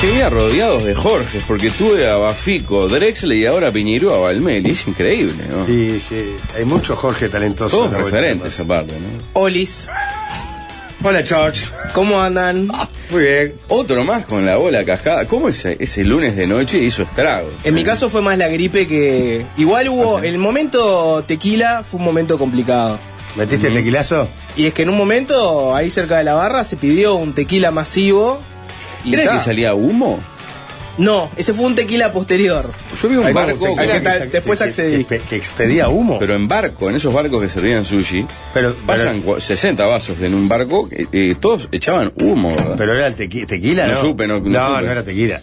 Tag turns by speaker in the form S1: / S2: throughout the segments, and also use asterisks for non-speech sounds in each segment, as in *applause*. S1: Termina rodeados de Jorges, porque tuve a Bafico, Drexler y ahora Piñirú a Valmeli. Es increíble, ¿no?
S2: Y sí, hay muchos Jorge talentosos.
S1: Todos
S2: en la vuelta
S1: referentes
S2: de
S1: aparte, ¿no?
S3: Olis,
S2: más. Hola, George.
S3: ¿cómo andan?
S2: Muy bien.
S1: Otro más con la bola cajada. ¿Cómo ese, ese lunes de noche hizo estragos?
S3: En mi caso fue más la gripe que... Igual
S2: Ah,
S3: hubo... El momento tequila fue un momento complicado.
S2: ¿Metiste
S1: Mm.
S2: el tequilazo?
S3: Y es que en un momento, ahí cerca de la barra, se pidió un tequila masivo. Y
S1: ¿Era
S3: ta.
S1: que salía humo?
S3: No, ese fue un tequila posterior.
S1: Yo vi un
S2: Hay
S1: barco,
S2: como
S1: con-
S3: que tal,
S2: sac-
S3: después
S2: que-
S3: accedí.
S2: Que, que expedía humo.
S1: pero en barco, en esos barcos que servían sushi,
S2: Pero-
S1: pasan cua- 60 vasos en un barco y todos echaban humo, ¿verdad?
S2: Pero era el tequi- tequila, ¿no?
S1: No supe, no- no
S2: No,
S1: supe.
S2: no era tequila.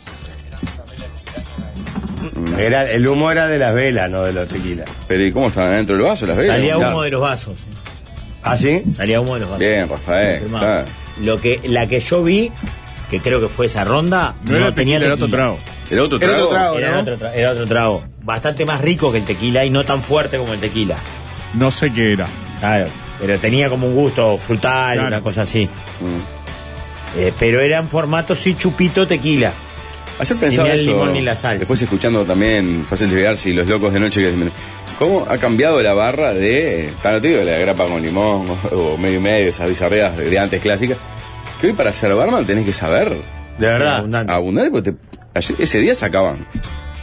S2: Era, el humo era de las velas, no de los tequilas.
S1: Pero ¿y cómo estaban adentro del vaso las velas?
S4: Salía
S1: Claro.
S4: humo de los vasos. eh.
S2: ¿Ah, sí?
S4: Salía humo de los vasos.
S1: Bien, eh, Rafael,
S4: Confirmado.
S1: claro.
S4: Lo que, la que yo vi, que creo que fue esa ronda, no, tenía tequila.
S1: ¿El otro
S3: Era
S1: trago?
S3: otro trago.
S4: Era,
S3: ¿no?
S4: otro tra- era otro trago. Bastante más rico que el tequila y no tan fuerte como el tequila.
S5: No sé qué era.
S4: Claro. Pero tenía como un gusto frutal,
S5: Claro.
S4: una cosa así.
S1: Mm.
S4: Eh, pero era en formato sí chupito tequila.
S1: Ayer
S4: Sin
S1: pensaba
S4: ni el
S1: eso,
S4: limón ni la sal.
S1: Después escuchando también Fácil de Llegar, si los locos de noche que dicen, ¿Cómo ha cambiado la barra de tan digo, la grapa con limón *laughs* o medio y medio, esas bizarreras de antes clásicas? Que hoy para ser barman tenés que saber.
S2: De verdad.
S4: abundante.
S1: Abundante, porque te- ayer- ese día sacaban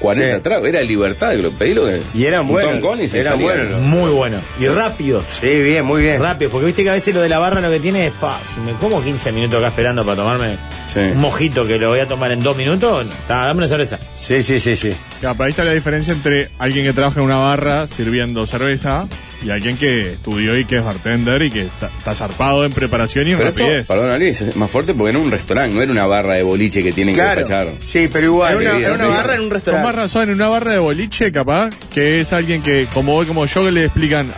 S1: 40
S2: Sí.
S1: tragos. Era libertad de que lo pedí lo que.
S2: Y eran
S1: un
S2: buenos,
S1: toncón y se
S2: eran
S1: salía.
S2: buenos.
S4: Muy bueno. Y rápido.
S2: Sí, bien, muy bien.
S4: Rápido, porque viste que a veces lo de la barra lo que tiene es, pa, si me como 15 minutos acá esperando para tomarme
S1: Sí.
S4: un mojito que lo voy a tomar en dos minutos, ta, dame una cerveza.
S2: Sí, sí, sí, sí.
S5: Ya, pero ahí está la diferencia entre alguien que trabaja en una barra sirviendo cerveza y alguien que estudió y que es bartender y que está, está zarpado en preparación y en
S1: Pero esto,
S5: rapidez.
S1: perdón, Ali, es más fuerte porque era un restaurante, no era una barra de boliche que tienen
S3: Claro.
S1: que despachar.
S2: Sí, pero igual.
S3: Era una,
S1: bien,
S3: era una
S1: bien.
S3: barra en un
S5: Con más
S3: restaurante.
S5: razón, en una barra de boliche, capaz, que es alguien que, como hoy, como yo, que le explican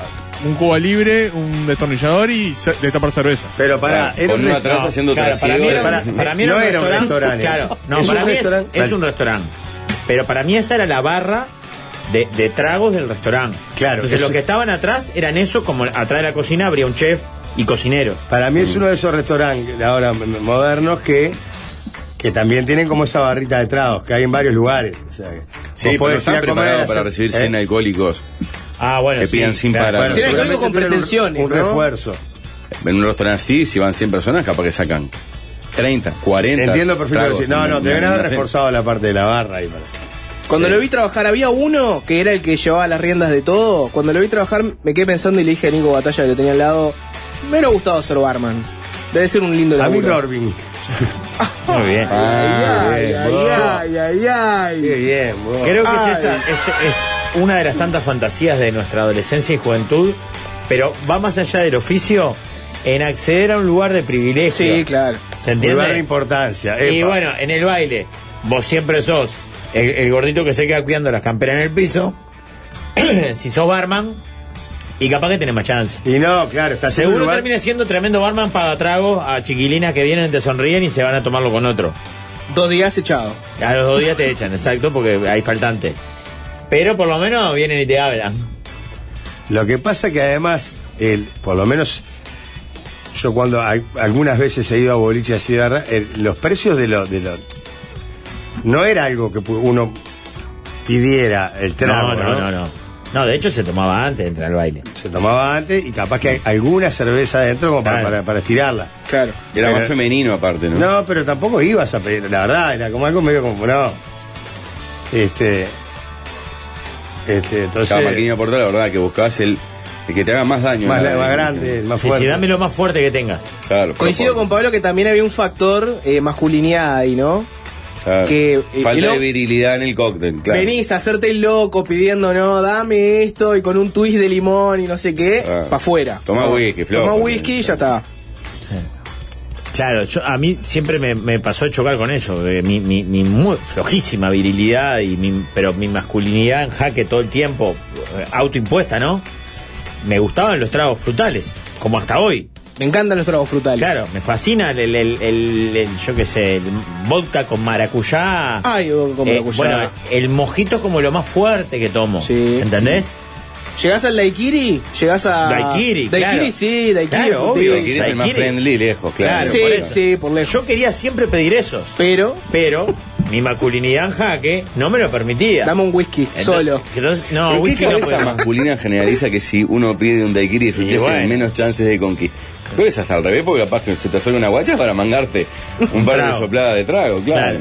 S5: un cuba libre, un destornillador y se- destapar cerveza.
S2: Pero para.
S1: Ah, con una traza haciendo
S4: Claro, para mí era,
S1: trasiego.
S4: un- para mí era
S2: No
S4: un,
S2: era un
S4: restaurante.
S2: restaurante.
S4: Claro, no,
S2: ¿Es
S4: para
S2: un
S4: mí es-
S2: restaurante?
S4: es,
S2: Vale.
S4: un restaurante. Pero para mí esa era la barra de, de tragos del restaurante.
S2: Claro,
S4: Entonces
S2: eso-
S4: los que estaban atrás eran eso, como atrás de la cocina habría un chef y cocineros.
S2: Para mí es
S1: Mm.
S2: uno de esos restaurantes de ahora m- modernos que, que también tienen como esa barrita de tragos, que hay en varios lugares. O sea, que
S1: Sí,
S2: vos
S1: pero
S2: podés ir
S1: están
S2: a comer,
S1: preparados
S2: hacer-
S1: para recibir
S2: ¿Eh?
S1: cien alcohólicos
S4: Ah, bueno.
S1: que
S4: sí,
S1: pidan sin
S4: claro,
S1: parar.
S4: bueno,
S3: Sí,
S1: Seguramente
S3: algo con
S2: Seguramente tienen un-
S3: pretensiones,
S2: Un
S3: ¿no?
S2: refuerzo.
S1: En un restaurante así, si van 100 personas, capaz que sacan 30, 40.
S2: Entiendo perfectamente.
S1: tragos
S2: No,
S1: en-
S2: no,
S1: en-
S2: deben
S1: en
S2: haber
S1: una cena.
S2: reforzado la parte de la barra ahí. para-
S3: Cuando lo vi trabajar, había uno que era el que llevaba las riendas de todo. Cuando lo vi trabajar, me quedé pensando y le dije a Nico Batalla que lo tenía al lado, me hubiera gustado ser barman. Debe ser un lindo
S2: A mí
S3: laburo.
S2: Corbin.
S4: Muy bien.
S1: Ah,
S3: Ay,
S2: bien,
S3: ay,
S2: vos.
S3: ay, ay, ay.
S2: Qué bien, vos.
S4: Creo que
S3: Ay.
S4: es, esa, es, es una de las tantas fantasías de nuestra adolescencia y juventud, pero va más allá del oficio en acceder a un lugar de privilegio.
S3: Sí, claro.
S4: ¿Se
S2: Lugar de
S4: entiende?
S2: importancia.
S4: Y
S2: epa.
S4: bueno, en el baile, vos siempre sos el, el gordito que se queda cuidando las camperas en el piso. *clears throat* si sos barman, y capaz que tenés más chance.
S2: Y no, claro, está
S4: Seguro termina siendo tremendo barman para tragos a chiquilinas que vienen, te sonríen y se van a tomarlo con otro.
S3: Dos días echado.
S4: A los dos días te echan, exacto, porque hay faltante. Pero por lo menos vienen y te hablan.
S2: Lo que pasa que además, el, por lo menos yo cuando al- algunas veces he ido a boliche así de barra, el- los precios de los... De lo, no era algo que pu- uno pidiera el trago,
S4: no, no, no, no. No, de hecho se tomaba antes de entrar al baile.
S2: Se tomaba antes y capaz que hay alguna cerveza adentro como para,
S4: Claro.
S2: para, para estirarla.
S3: Claro.
S1: Era más
S2: Pero-
S1: femenino aparte, ¿no?
S2: Eh, No, pero tampoco ibas a pedir, la verdad, era como algo medio como, no. Este... Este, entonces...
S1: Cada maquinilla por la verdad, que buscabas el, el que te haga más daño.
S2: Más,
S1: ¿no?
S2: más grande, más
S4: Sí,
S2: fuerte.
S4: sí, dame lo más fuerte que tengas.
S1: Claro.
S3: Coincido con Pablo que también había un factor eh, masculinidad ahí, ¿no?
S1: claro.
S3: que, eh, el
S1: Falta de
S3: o-
S1: virilidad en el cóctel, claro.
S3: Venís a hacerte el loco pidiendo, no, dame esto y con un twist de limón y no sé qué,
S1: Ah.
S3: pa' afuera.
S1: Tomá whisky, flojo.
S3: Toma whisky y ya está.
S4: Claro, yo, a mí siempre me, me pasó de chocar con eso, de mi, mi- mi muy flojísima virilidad, y mi- pero mi masculinidad en jaque todo el tiempo, eh, autoimpuesta, ¿no? Me gustaban los tragos frutales, como hasta hoy.
S3: Me encantan los tragos frutales.
S4: Claro, me fascina el, el- el- el- el- yo qué sé, el vodka con maracuyá.
S3: Ay, como
S4: Eh,
S3: la cuchara.
S4: bueno, el mojito es como lo más fuerte que tomo,
S3: Sí.
S4: ¿entendés?
S3: Llegás al Daikiri, llegás a.
S4: Daikiri, claro.
S3: Daikiri sí, Daikiri.
S4: Claro,
S3: es un
S4: obvio,
S3: tío.
S1: Daikiri es el más
S4: Daikiri.
S1: friendly lejos, claro.
S3: Sí,
S4: por eso.
S3: sí, por lejos.
S4: Yo quería siempre pedir esos,
S3: Pero,
S4: pero mi masculinidad en jaque no me lo permitía.
S3: dame un whisky
S4: Entonces-
S3: solo.
S4: entonces- no,
S1: ¿Pero qué
S4: whisky no
S1: cabeza
S4: puede-
S1: masculina generaliza que si uno pide un daiquiri
S4: Y
S1: usted tiene
S4: bueno.
S1: menos chances de conquistar? Pero es hasta al revés, porque capaz que se te acerca una guacha para mangarte un par de
S4: Trago.
S1: sopladas de trago, claro.
S4: Claro.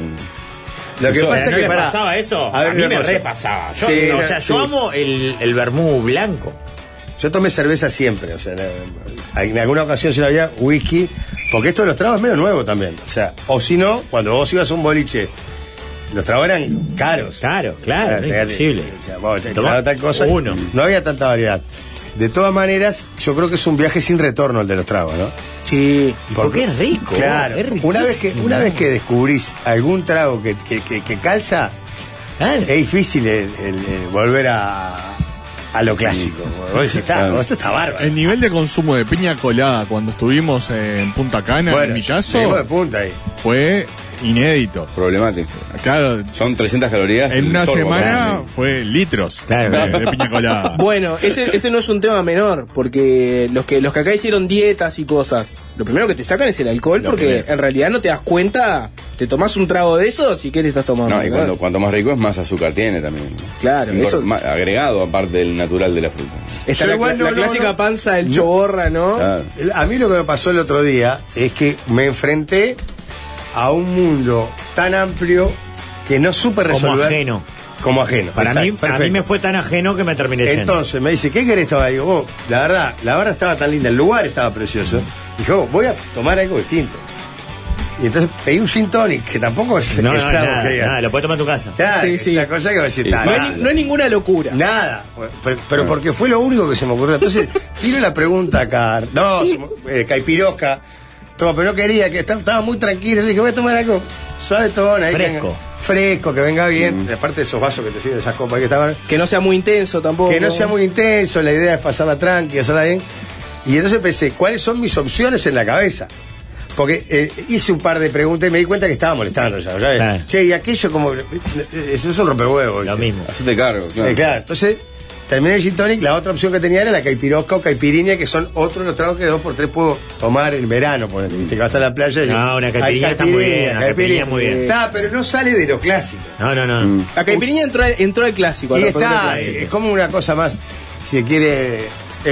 S2: Lo que
S1: Eso,
S2: pasa
S4: ¿No
S2: es que
S4: le
S2: para-
S4: pasaba eso?
S2: A
S4: A,
S2: ver,
S4: mí
S2: una
S4: me
S2: cosa.
S4: repasaba. Yo,
S2: Sí,
S4: o sea,
S2: sí.
S4: yo amo el, el vermú blanco.
S2: Yo tomé cerveza siempre, o sea, la- en alguna ocasión se la había whisky, porque esto de los tragos es medio nuevo también. O sea, o si no, cuando vos ibas a un boliche, los tragos eran caros.
S4: Claro, claro, no es
S2: Era-
S4: imposible.
S2: O sea, vos te
S4: Tomá
S2: tomabas tal cosa,
S4: Uno.
S2: No había tanta variedad. De todas maneras, yo creo que es un viaje sin retorno el de los tragos, ¿no?
S3: Sí.
S4: Porque es rico.
S2: Claro.
S4: es
S2: una, vez que,
S4: riquísimo.
S2: una vez que descubrís algún trago que, que- que- que calza,
S4: Claro.
S2: es difícil el, el- el volver a, a lo clásico. Vos decís, está-
S1: Claro.
S2: esto está bárbaro.
S5: El nivel de consumo de piña colada cuando estuvimos en Punta Cana, en
S2: seguimos
S5: Millazo,
S2: de punta ahí.
S5: fue inédito.
S1: Problemático.
S5: Claro,
S1: Son 300 calorías.
S5: en una
S1: sorbo,
S5: semana
S1: ¿no?
S5: fue litros
S4: Claro.
S5: de, de piña *laughs* colada.
S3: Bueno, ese, ese no es un tema menor, porque los que, los que acá hicieron dietas y cosas, lo primero que te sacan es el alcohol,
S5: Lo
S3: porque
S5: primero.
S3: en realidad no te das cuenta, te tomás un trago de esos y qué te estás tomando.
S1: No, y
S3: ¿verdad?
S1: cuando, cuanto más rico es, más azúcar tiene también.
S3: Claro,
S1: Mejor-
S3: eso- ¿Eh?
S1: más- agregado, aparte del natural de la fruta.
S3: Está
S2: Yo
S3: la,
S2: igual
S3: la-
S2: no,
S3: la
S2: no,
S3: clásica
S2: no. Ah,
S3: panza del choborra, ¿no?
S4: Ah.
S1: Claro.
S2: El- A mí lo que me pasó el otro día es que me enfrenté a un mundo tan amplio que no supe resolver.
S4: ajeno.
S2: Como ajeno.
S4: Para
S2: exacto,
S4: mí, a mí
S2: perfecto.
S4: me fue tan ajeno que me terminé yendo.
S2: Entonces me dice, ¿qué querés tomar? Digo, vos, la verdad, la barra estaba tan linda, el lugar estaba precioso. Dijo, voy a tomar algo distinto. Y entonces pedí un gin tonic, que tampoco es
S4: No, no,
S2: es algo
S4: nada,
S2: que diga.
S4: nada, lo puedes tomar en tu casa.
S2: Claro,
S3: Sí,
S2: es
S3: sí.
S2: la cosa que me decís,
S1: Y
S2: "Tá,
S3: No,
S1: fue
S2: nada".
S3: es, ni- no es ninguna locura.
S2: Nada, pero, pero porque fue lo único que se me ocurrió. Entonces, tiro la pregunta acá. No, se me- eh, Caipirosca. Toma, pero no quería, que estaba, estaba muy tranquilo. Dije, voy a tomar algo suave, todo ahí que
S4: Fresco. Mm.
S2: venga- fresco, que venga bien. Aparte de esos vasos que te sirven, esas copas que estaban.
S3: Que no sea muy intenso tampoco.
S4: Oh.
S2: Que no sea muy intenso, la idea es pasarla tranqui, hacerla bien. Y entonces pensé, ¿cuáles son mis opciones en la cabeza? Porque eh, hice un par de preguntas y me di cuenta que estaba molestando ya. ¿sabes?
S4: Claro.
S2: Che, y aquello como. eh, Eso es un rompehuevo.
S4: Lo
S2: ¿viste?
S4: mismo.
S1: Hacete cargo, claro.
S2: Eh, claro, entonces terminé el gin tonic, la otra opción que tenía era la caipirosca o caipirinha, que son otros de los tragos que dos por tres puedo tomar en verano, ponele, viste, que vas a la playa y...
S4: No, una caipirinha
S2: Ay,
S4: está muy bien, una caipirinha muy bien.
S2: Está, pero no sale de lo clásico.
S4: No, no, no.
S3: La Caipirinha entró, al- entró al clásico. a
S2: Y
S3: la familia
S2: está,
S3: clásica.
S2: eh, es como una cosa más, si se quiere,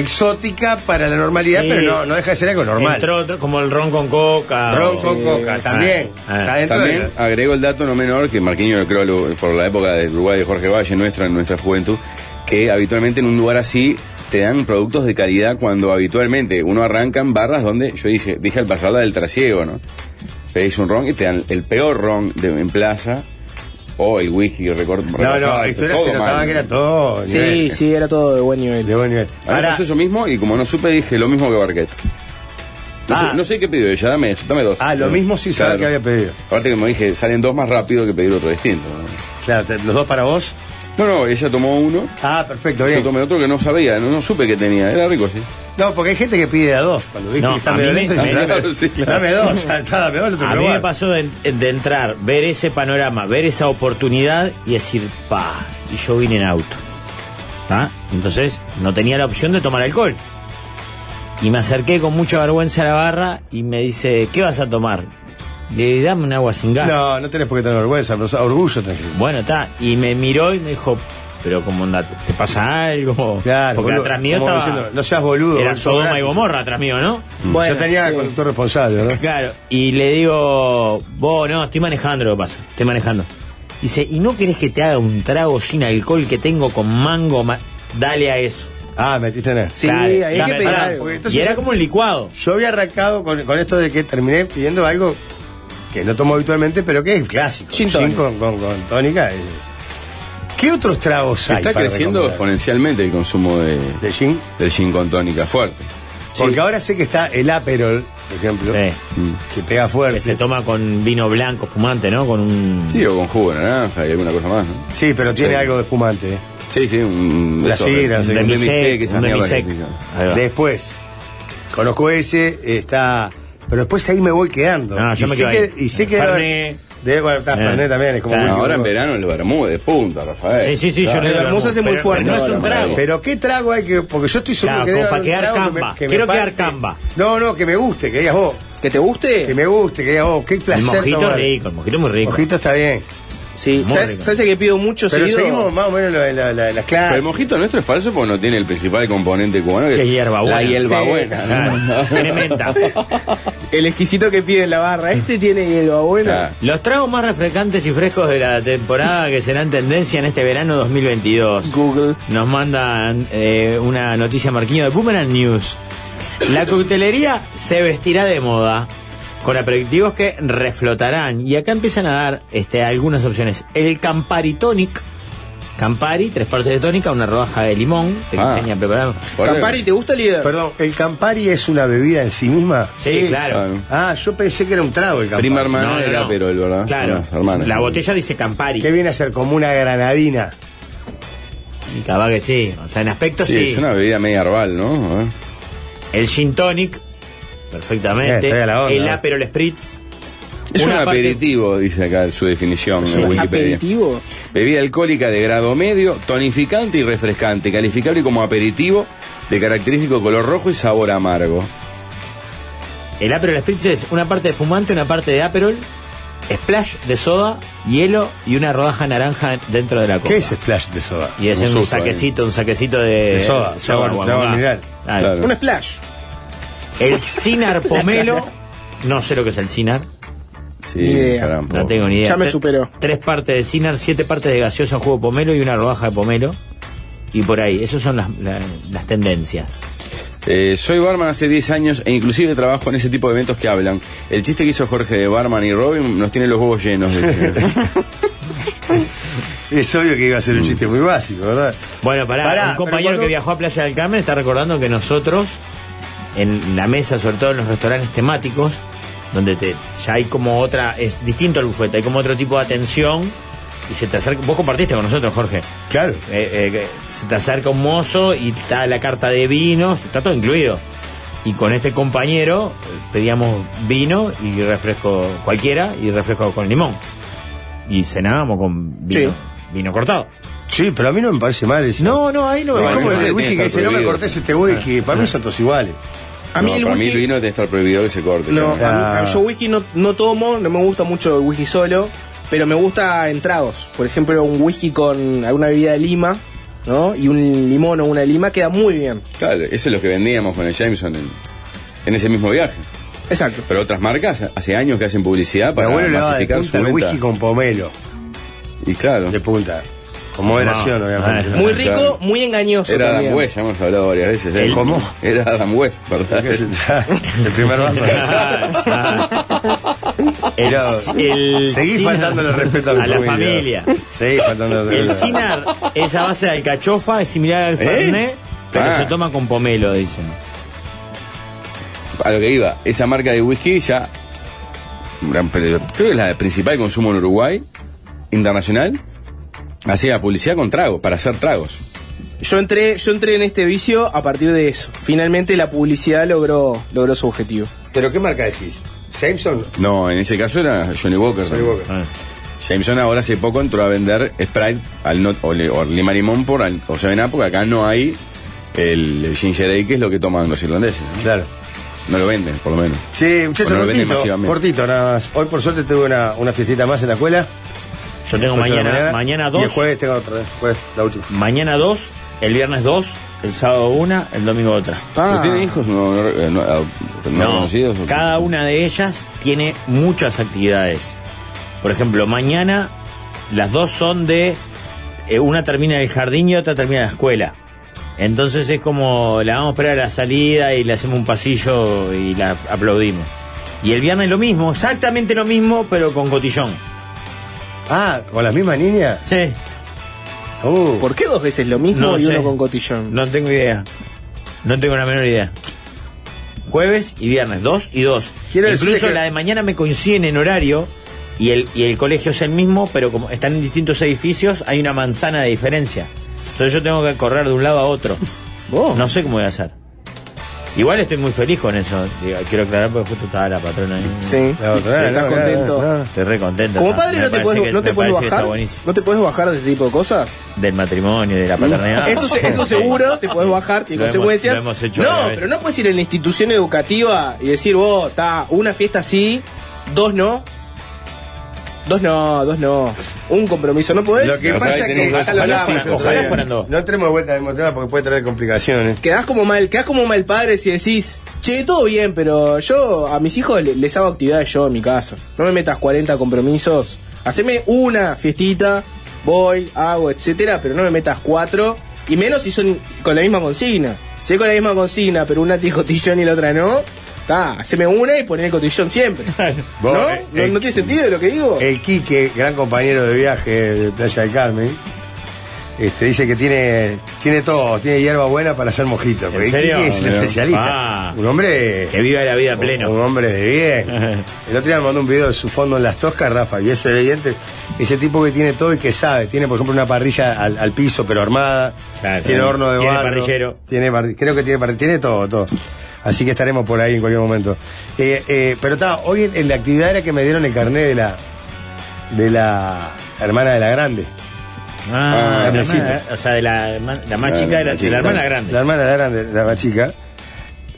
S2: exótica para la normalidad,
S4: Sí.
S2: pero no, no deja de ser algo normal.
S4: Entró otro- como el ron con coca.
S2: Ron
S4: o-
S2: con coca, también.
S4: Ah,
S2: está
S4: ah.
S2: dentro de
S1: También
S2: la-
S1: agrego el dato no menor que Marquinhos, creo, lo- por la época de Uruguay de Jorge Valle, nuestra, en nuestra juventud, que habitualmente en un lugar así te dan productos de calidad cuando habitualmente uno arranca en barras donde, yo dije, dije al pasar la del trasiego, ¿no? Pedís un ron y te dan el peor ron de, en plaza, o el whisky record,
S2: No,
S1: rebajado,
S2: no, esto era,
S1: todo
S2: se notaba
S1: mal.
S2: que era todo.
S3: Sí,
S2: nivel,
S3: sí, era todo de buen
S2: De
S3: nivel.
S2: buen nivel.
S1: A mí me
S2: Ahora,
S1: pasó eso mismo y como no supe dije lo mismo que Barquet. No,
S2: Ah.
S1: sé, no sé qué pidió ella, dame eso, dame dos.
S2: ah, lo mismo sí
S1: Claro.
S2: saber que había pedido.
S1: Aparte que me dije, salen dos más rápido que pedir otro distinto. ¿no?
S2: Claro, te- los dos para vos.
S1: No, no, ella tomó uno,
S2: Ah, perfecto,
S1: yo
S2: bien.
S1: tomé otro que no sabía, no, no supe que tenía, era rico, sí.
S2: No, porque hay gente que pide a dos. Cuando viste
S4: No,
S2: que está
S4: a mí
S2: medio
S4: me-
S2: lento,
S4: me-
S2: dice, dame,
S1: sí, claro.
S2: dame dos, saltá, dame dos, lo otro
S4: A mí
S2: lugar.
S4: me pasó de, de entrar, ver ese panorama, ver esa oportunidad y decir, pa, y yo vine en auto. ¿Ah? Entonces no tenía la opción de tomar alcohol. Y me acerqué con mucha vergüenza a la barra y me dice, ¿qué vas a tomar? Le dije, dame un agua sin gas.
S2: No, no tenés por qué tener vergüenza, pero o sea, orgullo tenés. que-
S4: Bueno, está. Y me miró y me dijo, pero como onda, ¿te pasa algo?
S2: Claro,
S4: Porque
S2: boludo,
S4: atrás mío
S2: como
S4: estaba...
S2: diciendo, no seas boludo,
S4: Era
S2: boludo,
S4: Sodoma
S2: gratis.
S4: y Gomorra atrás mío, ¿no?
S3: Bueno,
S2: Yo tenía
S3: sí.
S2: conductor responsable, ¿no?
S4: Claro, y le digo, vos no, estoy manejando lo que pasa, estoy manejando. Dice, ¿y no querés que te haga un trago sin alcohol que tengo con mango? ma- Dale a eso.
S2: Ah, metiste en él.
S3: Sí, ahí
S4: Dale,
S3: hay
S4: dame,
S3: que pedir
S4: pará.
S3: algo.
S2: porque entonces
S4: y era
S2: yo-
S4: como un licuado.
S2: Yo había arrancado con, con esto de que terminé pidiendo algo que no tomo habitualmente, pero que es clásico.
S3: Gin tonic.
S2: con, con- con tónica. eh. ¿Qué otros tragos hay?
S1: Está
S2: para
S1: creciendo
S2: recomendar?
S1: exponencialmente el consumo de,
S2: de gin.
S1: del gin con tónica fuerte.
S2: Porque ahora sé que está el Aperol, por ejemplo,
S4: Sí.
S2: que pega
S4: Que
S2: fuerte.
S4: se toma con vino blanco fumante, ¿no? Con un...
S1: Sí, o con jugo de naranja y alguna cosa más, ¿no?
S2: Sí, pero tiene
S1: Sí.
S2: algo de espumante. eh.
S1: Sí, sí, un...
S2: La
S1: eso,
S2: sidra, sí.
S1: un
S4: un
S1: demi-sec,
S4: demisec,
S1: esas
S4: un
S1: mierdas que
S4: demisec.
S1: se-
S4: Ahí va.
S2: Después, conozco ese, está. Pero después ahí me voy quedando.
S4: No, yo
S2: y
S4: me
S2: sé
S4: quedo
S2: que,
S4: ahí.
S2: Y sé que.
S4: Fernet,
S2: Debe conectar
S4: Eh.
S2: Fernet también, es como
S4: Claro,
S2: muy-
S1: ahora en verano en los Bermúdez, punta, Rafael.
S4: Sí, sí, sí,
S2: Claro.
S4: yo
S3: El vermouth hace muy
S4: pero
S3: fuerte.
S4: No es un
S1: Bueno,
S4: trago.
S2: Pero qué trago hay que. Porque yo estoy seguro
S4: Claro,
S2: que
S4: como
S2: debe
S4: para
S2: haber un
S4: quedar
S2: trago que me-
S4: camba.
S2: que me
S4: Quiero
S2: parte.
S4: quedar camba.
S2: No, no, que me guste, que digas vos.
S3: ¿Que te guste?
S2: Que me guste, que digas vos. Qué
S4: el
S2: placer.
S4: mojito
S2: tomar.
S4: rico, el mojito muy rico.
S2: Mojito está bien.
S3: Sí.
S4: Muy
S3: ¿Sabes,
S4: rico.
S3: ¿Sabes el que pido mucho
S2: Pero
S3: seguido?
S2: seguimos más o menos en la, la- las
S1: Pero
S2: clases.
S1: el mojito nuestro es falso porque no tiene el principal componente cubano
S4: Que es hierbabuena.
S1: La hierbabuena.
S4: Sí, claro. *laughs* Tremenda.
S3: El exquisito que pide en la barra. Este tiene hierbabuena.
S1: Claro.
S4: Los tragos más refrescantes y frescos de la temporada que serán tendencia en este verano 2022.
S3: Google.
S4: Nos mandan eh, una noticia Marquinho de Boomerang News. La coctelería se vestirá de moda con aperitivos que reflotarán. Y acá empiezan a dar este, algunas opciones. El Campari Tonic. Campari, tres partes de tónica, una rodaja de limón. Te
S1: Ah.
S4: enseña a preparar.
S1: Por-
S3: Campari, ¿te gusta, líder?
S2: Perdón, ¿el Campari es una bebida en sí misma?
S4: Sí, claro.
S2: Ah, yo pensé que era un trago el Campari.
S1: Prima hermana era, pero el verdad.
S4: Claro.
S1: unas hermanas.
S4: La botella dice Campari.
S2: Que viene a ser como una granadina.
S4: Y capaz que sí. O sea, en aspecto
S1: Sí,
S4: sí.
S1: es una bebida media herbal, ¿no? A ver.
S4: El gin tonic, perfectamente.
S2: Eh, estoy a la onda.
S4: el Aperol Spritz.
S1: Es
S4: Una
S1: un
S4: parte-
S1: aperitivo, dice acá su definición
S3: ¿Es
S1: en
S3: un
S1: Wikipedia.
S3: aperitivo?
S1: Bebida alcohólica de grado medio, tonificante y refrescante, calificable como aperitivo, de característico color rojo y sabor amargo.
S4: El Aperol Spritz es una parte de fumante, una parte de Aperol, splash de soda, hielo y una rodaja naranja dentro de la copa.
S2: ¿Qué es splash de soda?
S4: Y es
S1: Un
S4: un,
S1: susto,
S4: saquecito, un saquecito de,
S2: De soda, sabor-
S4: guamá.
S2: sabor mineral.
S4: Claro.
S1: Claro.
S3: Un splash.
S4: El
S2: *laughs*
S4: Cinar Pomelo, no sé lo que es el Cinar,
S1: Sí,
S3: Ni idea.
S1: caramba.
S4: no tengo ni idea.
S3: Ya me
S4: Tre-
S3: superó.
S4: Tres partes de Cinar, siete partes de gaseosa en jugo pomelo y una rodaja de pomelo. Y por ahí, esas son las, la- las tendencias.
S1: Eh, soy barman hace 10 años e inclusive trabajo en ese tipo de eventos que hablan. El chiste que hizo Jorge de Barman y Robin nos tiene los huevos llenos. dice.
S2: Es obvio que iba a ser
S1: Mm.
S2: un chiste muy básico, ¿verdad?
S4: Bueno, pará,
S2: Pará,
S4: un
S2: pero
S4: compañero
S2: cuando-
S4: que viajó a Playa del Carmen está recordando que nosotros, en la mesa, sobre todo en los restaurantes temáticos, donde te, ya hay como otra, es distinto al bufete, hay como otro tipo de atención y se te acerca, vos compartiste con nosotros, Jorge,
S2: Claro.
S4: Eh, eh, que se te acerca un mozo y está la carta de vinos, está todo incluido. Y con este compañero eh, pedíamos vino y refresco cualquiera y refresco con limón. Y cenábamos con vino,
S3: Sí.
S4: vino cortado.
S2: Sí, pero a mí no me parece mal eso.
S4: No, no, ahí no
S1: No,
S4: me
S2: es
S1: me
S2: como
S1: parece
S2: el
S1: que
S2: whisky
S1: tiene
S2: que
S1: que
S2: dice,
S1: estar
S2: no me
S1: prohibido. Ah.
S2: cortes este whisky, para mí son todos iguales.
S3: A mí
S1: No,
S3: el
S1: para mí el
S3: whisky...
S1: vino debe estar prohibido que se corte.
S3: no,
S1: claro.
S2: Ah.
S3: a mí- a- yo whisky no, no tomo, no me gusta mucho el whisky solo, pero me gusta en tragos. Por ejemplo, un whisky con alguna bebida de lima, ¿no? Y un limón o una lima queda muy bien.
S1: Claro, eso es lo que vendíamos con el Jameson en, en ese mismo viaje.
S3: Exacto.
S1: Pero otras marcas hace años que hacen publicidad
S2: Mi
S1: para
S2: abuelo le daba de
S1: masificar
S2: punta
S1: su
S2: el
S1: venta.
S2: whisky con pomelo.
S1: Y claro,
S2: De punta. Con
S1: Ah.
S2: moderación,
S4: No,
S2: obviamente.
S1: *laughs*
S4: no,
S3: Muy
S1: Claro.
S3: rico, muy engañoso
S1: era
S3: también.
S1: Adam West, ya hemos hablado varias veces. de él.
S2: ¿Cómo?
S1: Era Adam West, ¿verdad?
S2: Que se-
S1: Ah.
S2: *laughs* el primer vaso.
S4: El-
S2: Mirá,
S4: el
S2: seguí
S4: Cinar-
S2: faltándole respeto a mi
S4: a la familia.
S2: Seguí faltándole
S4: El
S2: respeto.
S4: Cinar es a base de alcachofa, es similar al
S2: ¿Eh?
S4: Fernet, pero
S1: Ah.
S4: se toma con pomelo, dicen.
S1: *laughs* A lo que iba, esa marca de whisky ya. gran- pero Creo que es la de principal consumo en Uruguay, internacional. Hacía publicidad con tragos, para hacer tragos.
S3: Yo entré, yo entré en este vicio a partir de eso. Finalmente la publicidad logró, logró su objetivo.
S2: ¿Pero qué marca decís? ¿Jameson?
S1: No, en ese caso era Johnny Walker.
S2: Johnny Walker.
S4: Ah.
S1: Jameson ahora hace poco entró a vender Sprite al no, o, le- o lima limón por al- o Seven Up, porque acá no hay el, el ginger ale, que es lo que toman los irlandeses. ¿no?
S2: Claro.
S1: No lo venden, por lo menos.
S2: Sí,
S1: O
S2: muchachos,
S1: no lo venden
S2: cortito,
S1: masivamente.
S2: cortito nada más. Hoy por suerte tuve una, una fiestita más en la escuela.
S4: Yo tengo
S2: Ocho de la
S4: mañana, mañana
S2: Y el
S4: dos,
S2: jueves tengo otra, vez, jueves, la última.
S4: mañana dos, el viernes dos, el sábado una, el domingo otra.
S1: ¿No tiene hijos no, no- eh, no- eh, no conocidos?
S4: cada una de ellas tiene muchas actividades. Por ejemplo, mañana las dos son de eh, una termina el jardín y otra termina la escuela. Entonces es como la vamos a esperar a la salida y le hacemos un pasillo y la aplaudimos. Y el viernes lo mismo, exactamente lo mismo, pero con cotillón.
S2: Ah, ¿con las mismas niñas?
S4: Sí,
S2: Uh,
S3: ¿Por qué dos veces lo mismo
S4: No
S3: y
S4: sé.
S3: uno con cotillón?
S4: no tengo idea. No tengo la menor idea. Jueves y viernes, dos y dos.
S2: Quiero
S4: Incluso
S2: decirle que-
S4: la de mañana me coinciden en horario y el, y el colegio es el mismo, pero como están en distintos edificios, hay una manzana
S3: *laughs*
S4: de
S3: Oh.
S4: diferencia. Entonces yo tengo que correr de un lado a otro.
S3: Vos.
S4: No sé cómo voy a hacer. Igual estoy muy feliz con eso. digo, Quiero aclarar porque justo estaba la patrona ahí.
S3: Sí.
S2: No, no,
S3: Estás
S2: no,
S3: contento.
S2: no, no.
S4: Estoy re contento.
S3: Como
S4: está.
S3: padre
S4: Me
S3: no te
S4: parece
S3: puedes,
S4: que-
S3: no te
S4: me
S3: puedes
S4: parece que está
S3: bajar.
S4: buenísimo.
S3: No te puedes bajar de este tipo de cosas.
S4: Del matrimonio, de la paternidad.
S3: Eso, se- eso seguro, te puedes bajar, tiene
S4: Lo hemos-
S3: consecuencias.
S4: lo hemos hecho
S3: no,
S4: varias
S3: pero
S4: veces.
S3: no puedes ir a la institución educativa y decir, vos, está, una fiesta sí, dos no. Dos no, dos no. Un compromiso, ¿no podés?
S2: Lo que
S1: O sea,
S2: pasa
S1: ahí
S2: es que
S1: tenés dos.
S2: ya lo
S4: Ojalá
S2: hablábamos
S4: fueran-
S2: el otro
S4: ojalá
S2: día.
S4: fueran dos.
S2: No tenemos vuelta al mismo tema porque puede traer complicaciones.
S3: Quedás como mal, quedás como mal padre si decís, che, todo bien, pero yo a mis hijos le- les hago actividades yo en mi casa. No me metas 40 compromisos. Haceme una fiestita, voy, hago, etcétera, pero no me metas cuatro. Y menos si son con la misma consigna. Si es con la misma consigna, pero una tiene cotillón y la otra no, está, haceme una y poné el cotillón siempre. ¿No?
S2: Vos,
S3: ¿No?
S2: eh, eh,
S3: ¿No tiene sentido lo que digo?
S2: El Quique, gran compañero de viaje de Playa del Carmen, este, dice que tiene, tiene todo, tiene hierba buena para hacer mojito. porque el
S4: serio?
S2: Quique es un
S4: Mira.
S2: especialista.
S4: Ah.
S2: un hombre.
S4: Que viva la vida a pleno.
S2: Un, un hombre de
S4: *laughs*
S2: bien. El otro día me mandó un video de su fondo en las toscas, Rafa, y ese evidente. Ese tipo que tiene todo y que sabe. Tiene, por ejemplo, una parrilla al, al piso, pero armada.
S4: Claro.
S2: tiene horno de
S4: Tiene
S2: barro.
S4: parrillero.
S2: Tiene parri- creo que tiene parrillero. Tiene todo, todo. Así que estaremos por ahí en cualquier momento. Eh, eh, pero está, hoy en, en la actividad era que me dieron el carnet de la, de la hermana de la grande.
S1: Ah,
S4: Ah, la
S2: Hermesito.
S4: hermana, o sea, de la, herma- la más
S1: La-
S4: chica
S1: la
S4: de la, de la
S1: chica.
S4: hermana grande.
S2: La hermana de la grande, la más chica.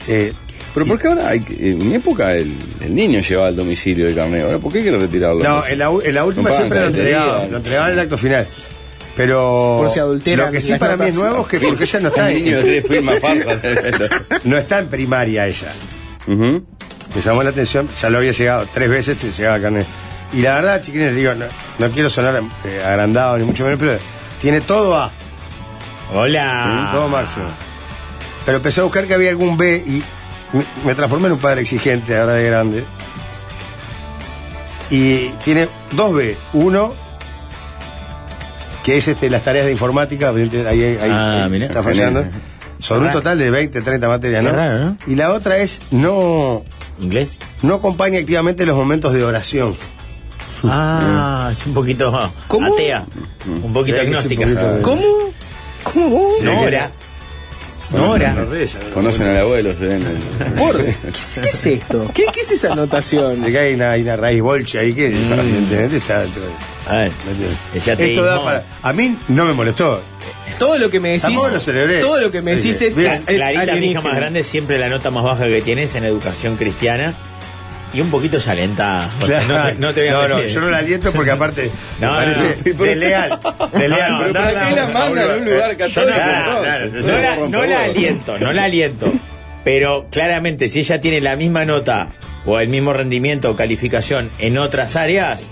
S2: Eh,
S1: Pero ¿por qué ahora, hay que- en mi época, el, el niño llevaba al domicilio el carneo? Ahora, ¿Por qué quiere retirarlo?
S2: No, en la, u- en la última
S1: No pagan
S2: siempre lo
S1: calendaría.
S2: entregaban, lo entregaban en el acto final. Pero
S3: Por si adulteran
S2: lo que sí
S3: las
S2: para mí
S3: notas.
S2: es nuevo es que porque ella no está
S1: *laughs* Un niño de
S2: en,
S1: tres firmas farsa. tremendo.
S2: *laughs* no está en primaria ella.
S1: Ujú.
S2: Me llamó la atención, ya lo había llegado tres veces, te llegaba carne. Y la verdad, chiquines, digo, no, no quiero sonar eh, agrandado ni mucho menos, pero tiene todo A,
S4: Hola.
S2: todo máximo. Pero empecé a buscar que había algún B y me- me transformé en un padre exigente ahora de grande. Y tiene dos B. Uno, que es este, las tareas de informática, evidente, ahí, ahí-
S4: Ah,
S2: ahí
S4: mirá.
S2: está fallando.
S1: Mirá.
S2: Son un total de 20, 30 materias, ¿no?
S4: Qué raro, ¿no?
S2: Y la otra es no, *laughs*
S4: ¿Inglés?
S2: no acompaña activamente los momentos de oración.
S4: Ah, es un poquito
S3: ¿Cómo?
S4: atea. Un poquito
S2: Sí, es un
S4: agnóstica.
S2: poquito de-
S3: ¿Cómo? ¿Cómo vos?
S2: *laughs* Sí.
S4: No ora. No
S2: Conocen
S4: ora.
S2: la reza, ¿no?
S1: Conocen al abuelo. se ven eh. el-
S3: Por- ¿Qué, es- qué es esto? ¿Qué, qué es esa anotación?
S2: Acá hay una, hay una raíz bolche ahí que evidentemente está dentro de-
S4: A ver. Mm. Ese
S2: Esto da
S4: ateísmo.
S2: para. A mí no me molestó.
S3: Todo lo que me decís.
S2: Tampoco lo celebré.
S3: Todo lo que me decís es,
S4: Cla-
S3: es, es
S4: Clarita, mi hija
S3: alienígena.
S4: más grande, siempre la nota más baja que tienes en educación cristiana. Y un poquito salenta. No, te- no te voy a
S2: no, no,
S4: mentir.
S2: yo no la aliento porque
S4: *laughs*
S2: aparte me
S4: No, no,
S2: parece
S1: no.
S2: desleal. Desleal.
S4: *laughs* No, no, pero
S2: Mandala
S1: ¿para qué la
S2: a un-
S1: mandan a un lugar
S4: Yo no,
S1: católico?
S4: claro, claro,
S1: entonces?
S4: no la,
S1: Rompe
S4: no la
S1: huevos.
S4: aliento, no la aliento. Pero claramente, si ella tiene la misma nota o el mismo rendimiento o calificación en otras áreas,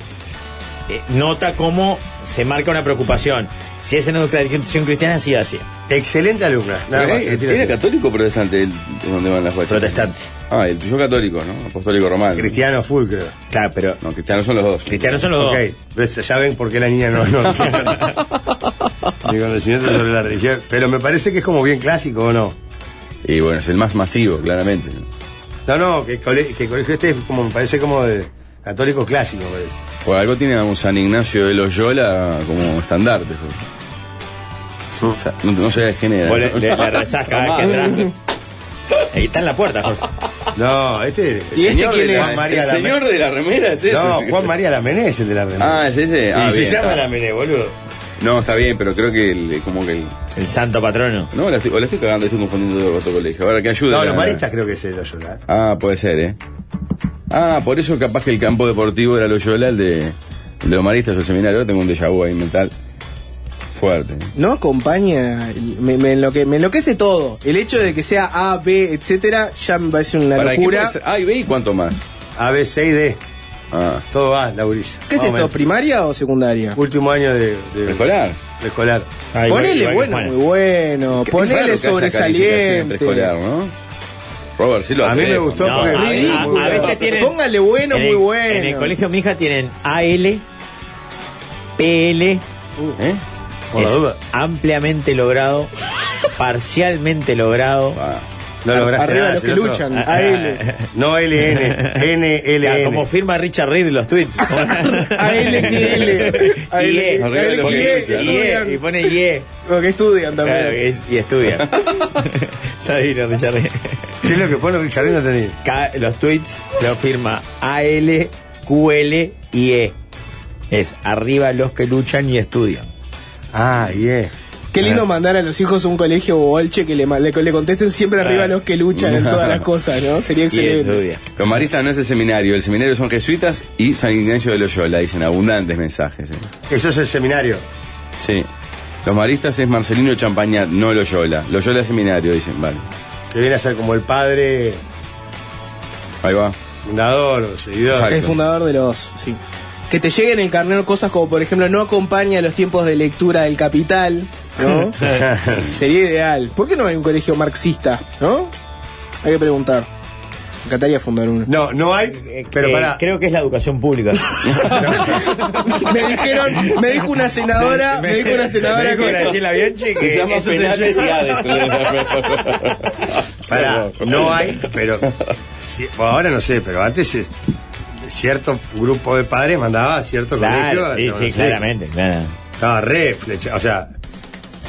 S4: eh, nota cómo se marca una preocupación. Si es en educación cristiana, sí, así.
S2: Excelente alumna. Nada
S1: Pero,
S2: más,
S1: eh,
S2: se tira
S1: ¿Era
S2: así.
S1: católico o protestante el, donde van las guachas?
S4: Protestante.
S1: Ah, el tuyo católico, ¿no? Apostólico romano.
S2: Cristiano full, creo.
S4: Claro, pero
S1: No, cristianos son los dos.
S4: cristianos son los
S2: Ok,
S4: dos.
S2: ves, ya ven por qué la niña no. no
S4: *laughs*
S2: Mi conocimiento sobre la religión. Pero me parece que es como bien clásico, ¿o no?
S1: Y bueno, es el más masivo, claramente. ¿no?
S2: No, no, que, el cole- que el colegio este es como, me parece como de católico clásico, me parece.
S1: Por algo tiene a un San Ignacio de Loyola como estandarte. pues. O sea, no, no se degenera.
S4: Vos le,
S1: ¿no?
S4: le- le rezás cada vez que entras. Ahí está en la puerta, Jorge.
S2: No, este.
S3: ¿Y este
S1: Señor de
S3: quién
S1: la-
S3: es?
S2: Juan María
S1: el
S2: Lamé.
S1: señor de la remera es ese.
S2: No, Juan María Lamené es el de la René.
S1: *laughs* Ah, es ese. Ah,
S2: y se
S1: bien,
S2: llama
S1: está.
S2: Lamené, boludo.
S1: No, está bien, pero creo que el- eh, como que el-
S4: El santo patrono.
S1: No, la estoy, o la estoy cagando, estoy confundiendo de otro colegio. Ahora que ayuda.
S2: No, los maristas creo que es el Loyola. ¿eh?
S1: Ah, puede ser, ¿eh? Ah, por eso capaz que el campo deportivo era Loyola, el de, el de los maristas, el seminario. Ahora tengo un déjà vu ahí mental fuerte.
S3: No acompaña. y Me, me, enloque- me enloquece todo. El hecho de que sea A, B, etcétera, ya me parece una
S1: Pará, ¿qué
S3: locura.
S1: puede ser? Ah, y ve y cuánto más.
S2: A, B, C y D.
S1: Ah,
S2: Todo va, Laurisa.
S3: ¿Qué es esto? ¿Primaria o secundaria?
S2: Último año de, de-
S1: escolar.
S2: de escolar.
S4: Ahí va-
S3: ponele
S4: igual que
S3: bueno,
S4: Juana.
S3: muy bueno.
S1: Qué raro que
S3: Ponele
S1: haya calificación
S3: sobresaliente.
S1: preescolar, ¿no? Robert, sí lo
S2: A mí me
S1: atrevo,
S2: gustó
S1: ¿no? Ah,
S4: No,
S2: porque-
S4: a,
S3: Ridículo.
S4: a- a veces tienen.
S3: Póngale bueno,
S4: en el-
S3: muy bueno.
S4: En el colegio mi hija tienen AL, PL,
S1: ¿Eh?
S2: Por la
S4: es
S2: duda.
S4: ampliamente logrado, parcialmente logrado.
S1: Ah,
S2: No lograste
S3: Arriba
S2: nada,
S3: los
S2: si
S3: que
S2: no, no.
S3: luchan. A L.
S2: *laughs* No, LN.
S4: Ya,
S2: NLN.
S4: como firma Richard Reed los tweets.
S3: *laughs*
S4: E.
S3: A L que
S4: *laughs*
S3: L. A L
S4: IE,
S3: que-
S1: Arriba
S3: a L
S1: los que
S3: que L,
S1: luchan.
S3: estudian.
S4: IE, y E. pone IE.
S3: Lo que estudian también.
S4: Claro, que es- y estudia. *laughs* Sabino, Richard Reed.
S2: ¿Qué es lo que pone Richard? No entendí.
S4: Ca- los tweets lo firma AL, QL y E. Es arriba los que luchan y estudian.
S2: Ah, yeah.
S3: Qué lindo mandar a los hijos a un colegio bolche que le, ma- le, le contesten siempre arriba a los que luchan en todas las cosas, ¿no? Sería
S4: Y
S3: excelente.
S4: estudian.
S1: Los maristas no es el seminario, el seminario son jesuitas y San Ignacio de Loyola, dicen abundantes mensajes. ¿eh?
S2: Eso es el seminario.
S1: Sí. Los maristas es Marcelino Champañat, no Loyola. Loyola es seminario, dicen, vale.
S2: Que viene a ser como el padre
S1: Ahí va.
S2: fundador o seguidor.
S1: Exacto.
S3: El fundador de los. Sí. Que te lleguen en carnero cosas como, por ejemplo, no acompaña los tiempos de lectura del capital, ¿no? Sería ideal. ¿Por qué no hay un colegio marxista, no? Hay que preguntar. Me encantaría
S2: *laughs*
S3: fundar uno.
S2: No, no hay. Pero
S4: Eh,
S2: para.
S4: Creo que es la educación pública.
S3: me dijeron, me dijo una senadora, me dijo una senadora
S4: Ah, Me dijo
S3: que-
S4: Graciela Bianchi que
S1: Se llama
S4: es penal
S2: *laughs* Pará, no hay, pero si- bueno, ahora no sé, pero antes es- cierto grupo de padres mandaba a cierto
S4: Claro, sí,
S2: colegio.
S4: sí,
S2: no sé.
S4: claramente, claro.
S2: Estaba re flecha, o sea,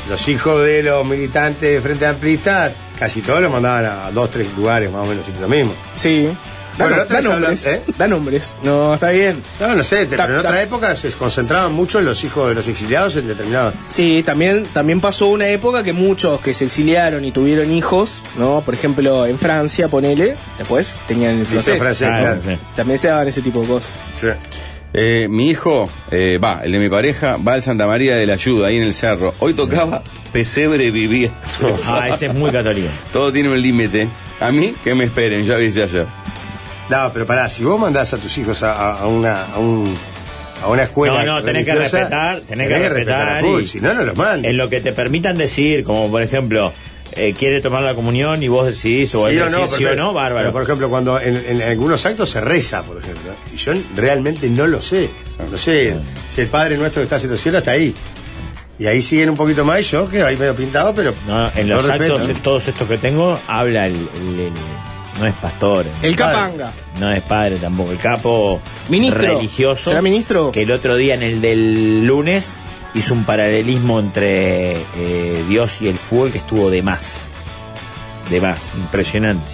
S2: los hijos de los militantes de Frente Amplista, casi todos los mandaban a dos, tres lugares más o menos, siempre lo mismo.
S3: Sí. Da,
S2: Bueno,
S3: nom-
S2: otra
S3: da
S2: vez
S3: nombres.
S2: habla- ¿eh?
S3: Da nombres. No, está bien.
S2: No, no sé, te-
S3: Ta-
S2: pero en
S3: ta-
S2: otra época se concentraban mucho los hijos de los exiliados en determinados.
S3: Sí, también, también pasó una época que muchos que se exiliaron y tuvieron hijos, ¿no? Por ejemplo, en Francia, ponele, después tenían el
S2: Liceo
S3: francés.
S2: francés,
S4: Ah,
S2: claro.
S4: sí.
S3: También se daban ese tipo de cosas.
S2: Sí.
S1: Eh, mi hijo, eh, va, el de mi pareja, va al Santa María de la Ayuda, ahí en el cerro. Hoy tocaba Pesebre Vivir.
S4: Ah, ese es muy católico.
S1: Todo tiene un límite. A mí, que me esperen, ya viste ayer.
S2: No, pero pará, si vos mandás a tus hijos a, a- a una, a, un- a una escuela.
S4: No, no, tenés que
S2: religiosa,
S4: respetar, tenés que respetar
S2: a full,
S4: y-
S2: si no, no los mandes.
S4: En lo que te permitan decir, como por ejemplo, eh, quiere tomar la comunión y vos decidís, o él
S2: Sí o
S4: decide
S2: no,
S4: sí
S2: porque-
S4: o no, bárbaro.
S2: pero, por ejemplo, cuando en, en algunos actos se reza, por ejemplo. Y yo realmente no lo sé. No sé
S4: Ah.
S2: si el Padre Nuestro que está en los cielos está ahí. Y ahí siguen un poquito más y yo, que ahí medio pintado, pero
S4: No, en los
S2: no respeto,
S4: actos,
S2: ¿no?
S4: en todos estos que tengo, habla el. el- el- no es pastor.
S2: Padre.
S3: El Capanga.
S4: No es padre tampoco. El capo
S3: Ministro.
S4: religioso.
S3: ¿Será ministro?
S4: Que el otro día, en el del lunes, hizo un paralelismo entre eh, Dios y el fútbol que estuvo de más. De más. Impresionante.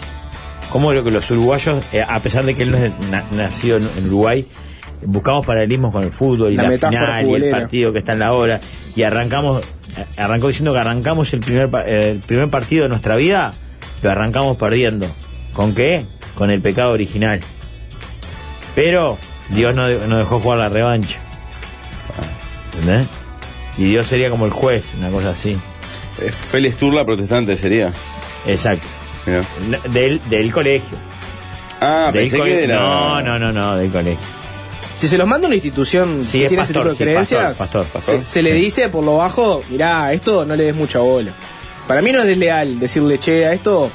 S4: ¿Cómo es lo que los uruguayos, eh, a pesar de que él no es na- nacido en en Uruguay, buscamos paralelismos con el fútbol y
S3: La
S4: la,
S3: metáfora
S4: final y el
S3: futbolera.
S4: partido que está en la hora y arrancamos eh, arrancó diciendo que arrancamos el primer pa- eh, el primer partido de nuestra vida lo arrancamos perdiendo con qué con el pecado original pero Dios no, de- no dejó jugar la revancha ¿entendés? y Dios sería como el juez una cosa así
S1: Eh, Félix Turla protestante sería.
S4: exacto
S1: Mirá.
S4: No, del, del colegio
S1: Ah,
S4: Del
S1: pensé
S4: cole-
S1: que era.
S4: no no no no del colegio
S3: Si se los manda una institución
S4: Sí,
S3: que
S4: es
S3: tiene
S4: pastor,
S3: ese tipo de
S4: sí, pastor,
S3: creencias,
S4: pastor, pastor.
S3: Se, se le dice por lo bajo, mirá, a esto no le des mucha bola. Para mí no es desleal decirle, che, a esto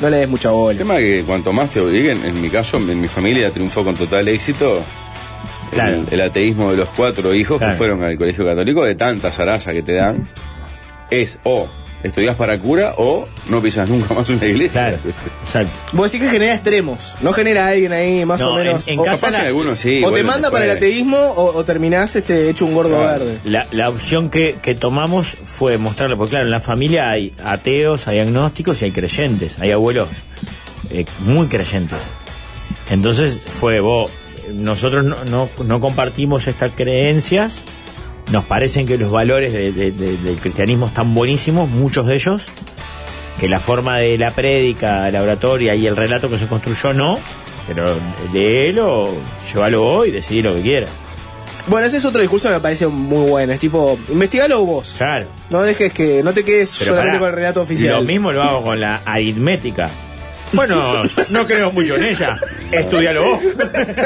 S3: no le des mucha
S1: El
S3: bola.
S1: tema es que cuanto más te obliguen, en mi caso, en mi familia triunfó con total éxito el-
S4: Claro.
S1: el, ateísmo de los cuatro hijos
S4: Claro.
S1: que fueron al colegio católico, de tanta zaraza que te dan, es o estudias para cura o no pisas nunca más una iglesia. *laughs*
S4: claro exacto
S3: Vos decís que genera extremos, no genera alguien ahí más
S4: No,
S3: o menos.
S4: en- en
S3: o,
S4: casa
S1: Capaz que
S4: la-
S1: algunos sí.
S3: o te
S1: bueno,
S3: manda
S1: se
S3: para el
S1: puede.
S3: ateísmo o, o terminás este, hecho un gordo
S1: Claro.
S3: verde.
S4: La, la opción que, que tomamos fue mostrarlo, porque claro, en la familia hay ateos, hay agnósticos y hay creyentes, hay abuelos eh, muy creyentes. Entonces fue, vos, nosotros no, no, no compartimos estas creencias, nos parecen que los valores de- de- de- del cristianismo están buenísimos, muchos de ellos, que la forma de la prédica, la oratoria y el relato que se construyó no, pero léelo, llévalo hoy, decidí lo que quieras.
S3: Bueno, ese es otro discurso que me parece muy bueno. Es tipo, investigalo vos.
S4: Claro.
S3: No dejes que, no te quedes
S4: Pero
S3: solamente con
S4: pará,
S3: el relato oficial.
S4: Lo mismo lo hago con la aritmética. Bueno, no creo mucho en ella. Estudialo vos.
S3: *laughs*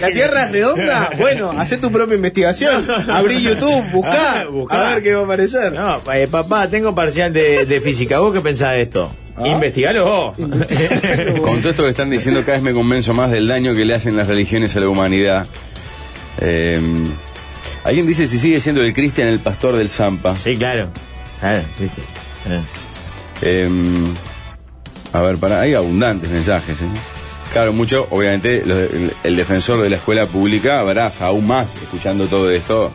S3: La tierra es
S4: *laughs*
S3: redonda. Bueno, hacé tu propia investigación. Abrí YouTube, buscá,
S4: Ah, *laughs* buscá.
S3: a ver qué va a aparecer.
S4: No, eh, papá, tengo parcial de, de física. ¿Vos qué pensás de esto?
S3: ¿Ah?
S4: Investigalo vos.
S1: Con todo esto que están diciendo, cada vez me convenzo más del daño que le hacen las religiones a la humanidad. Eh, alguien dice si sigue siendo el cristian el pastor del Zampa.
S4: *laughs* sí, claro. Claro, viste. Eh.
S1: Eh, a ver, para, hay abundantes mensajes. ¿eh? Claro, mucho, obviamente, los- el, el defensor de la escuela pública, verás, aún más, escuchando todo esto,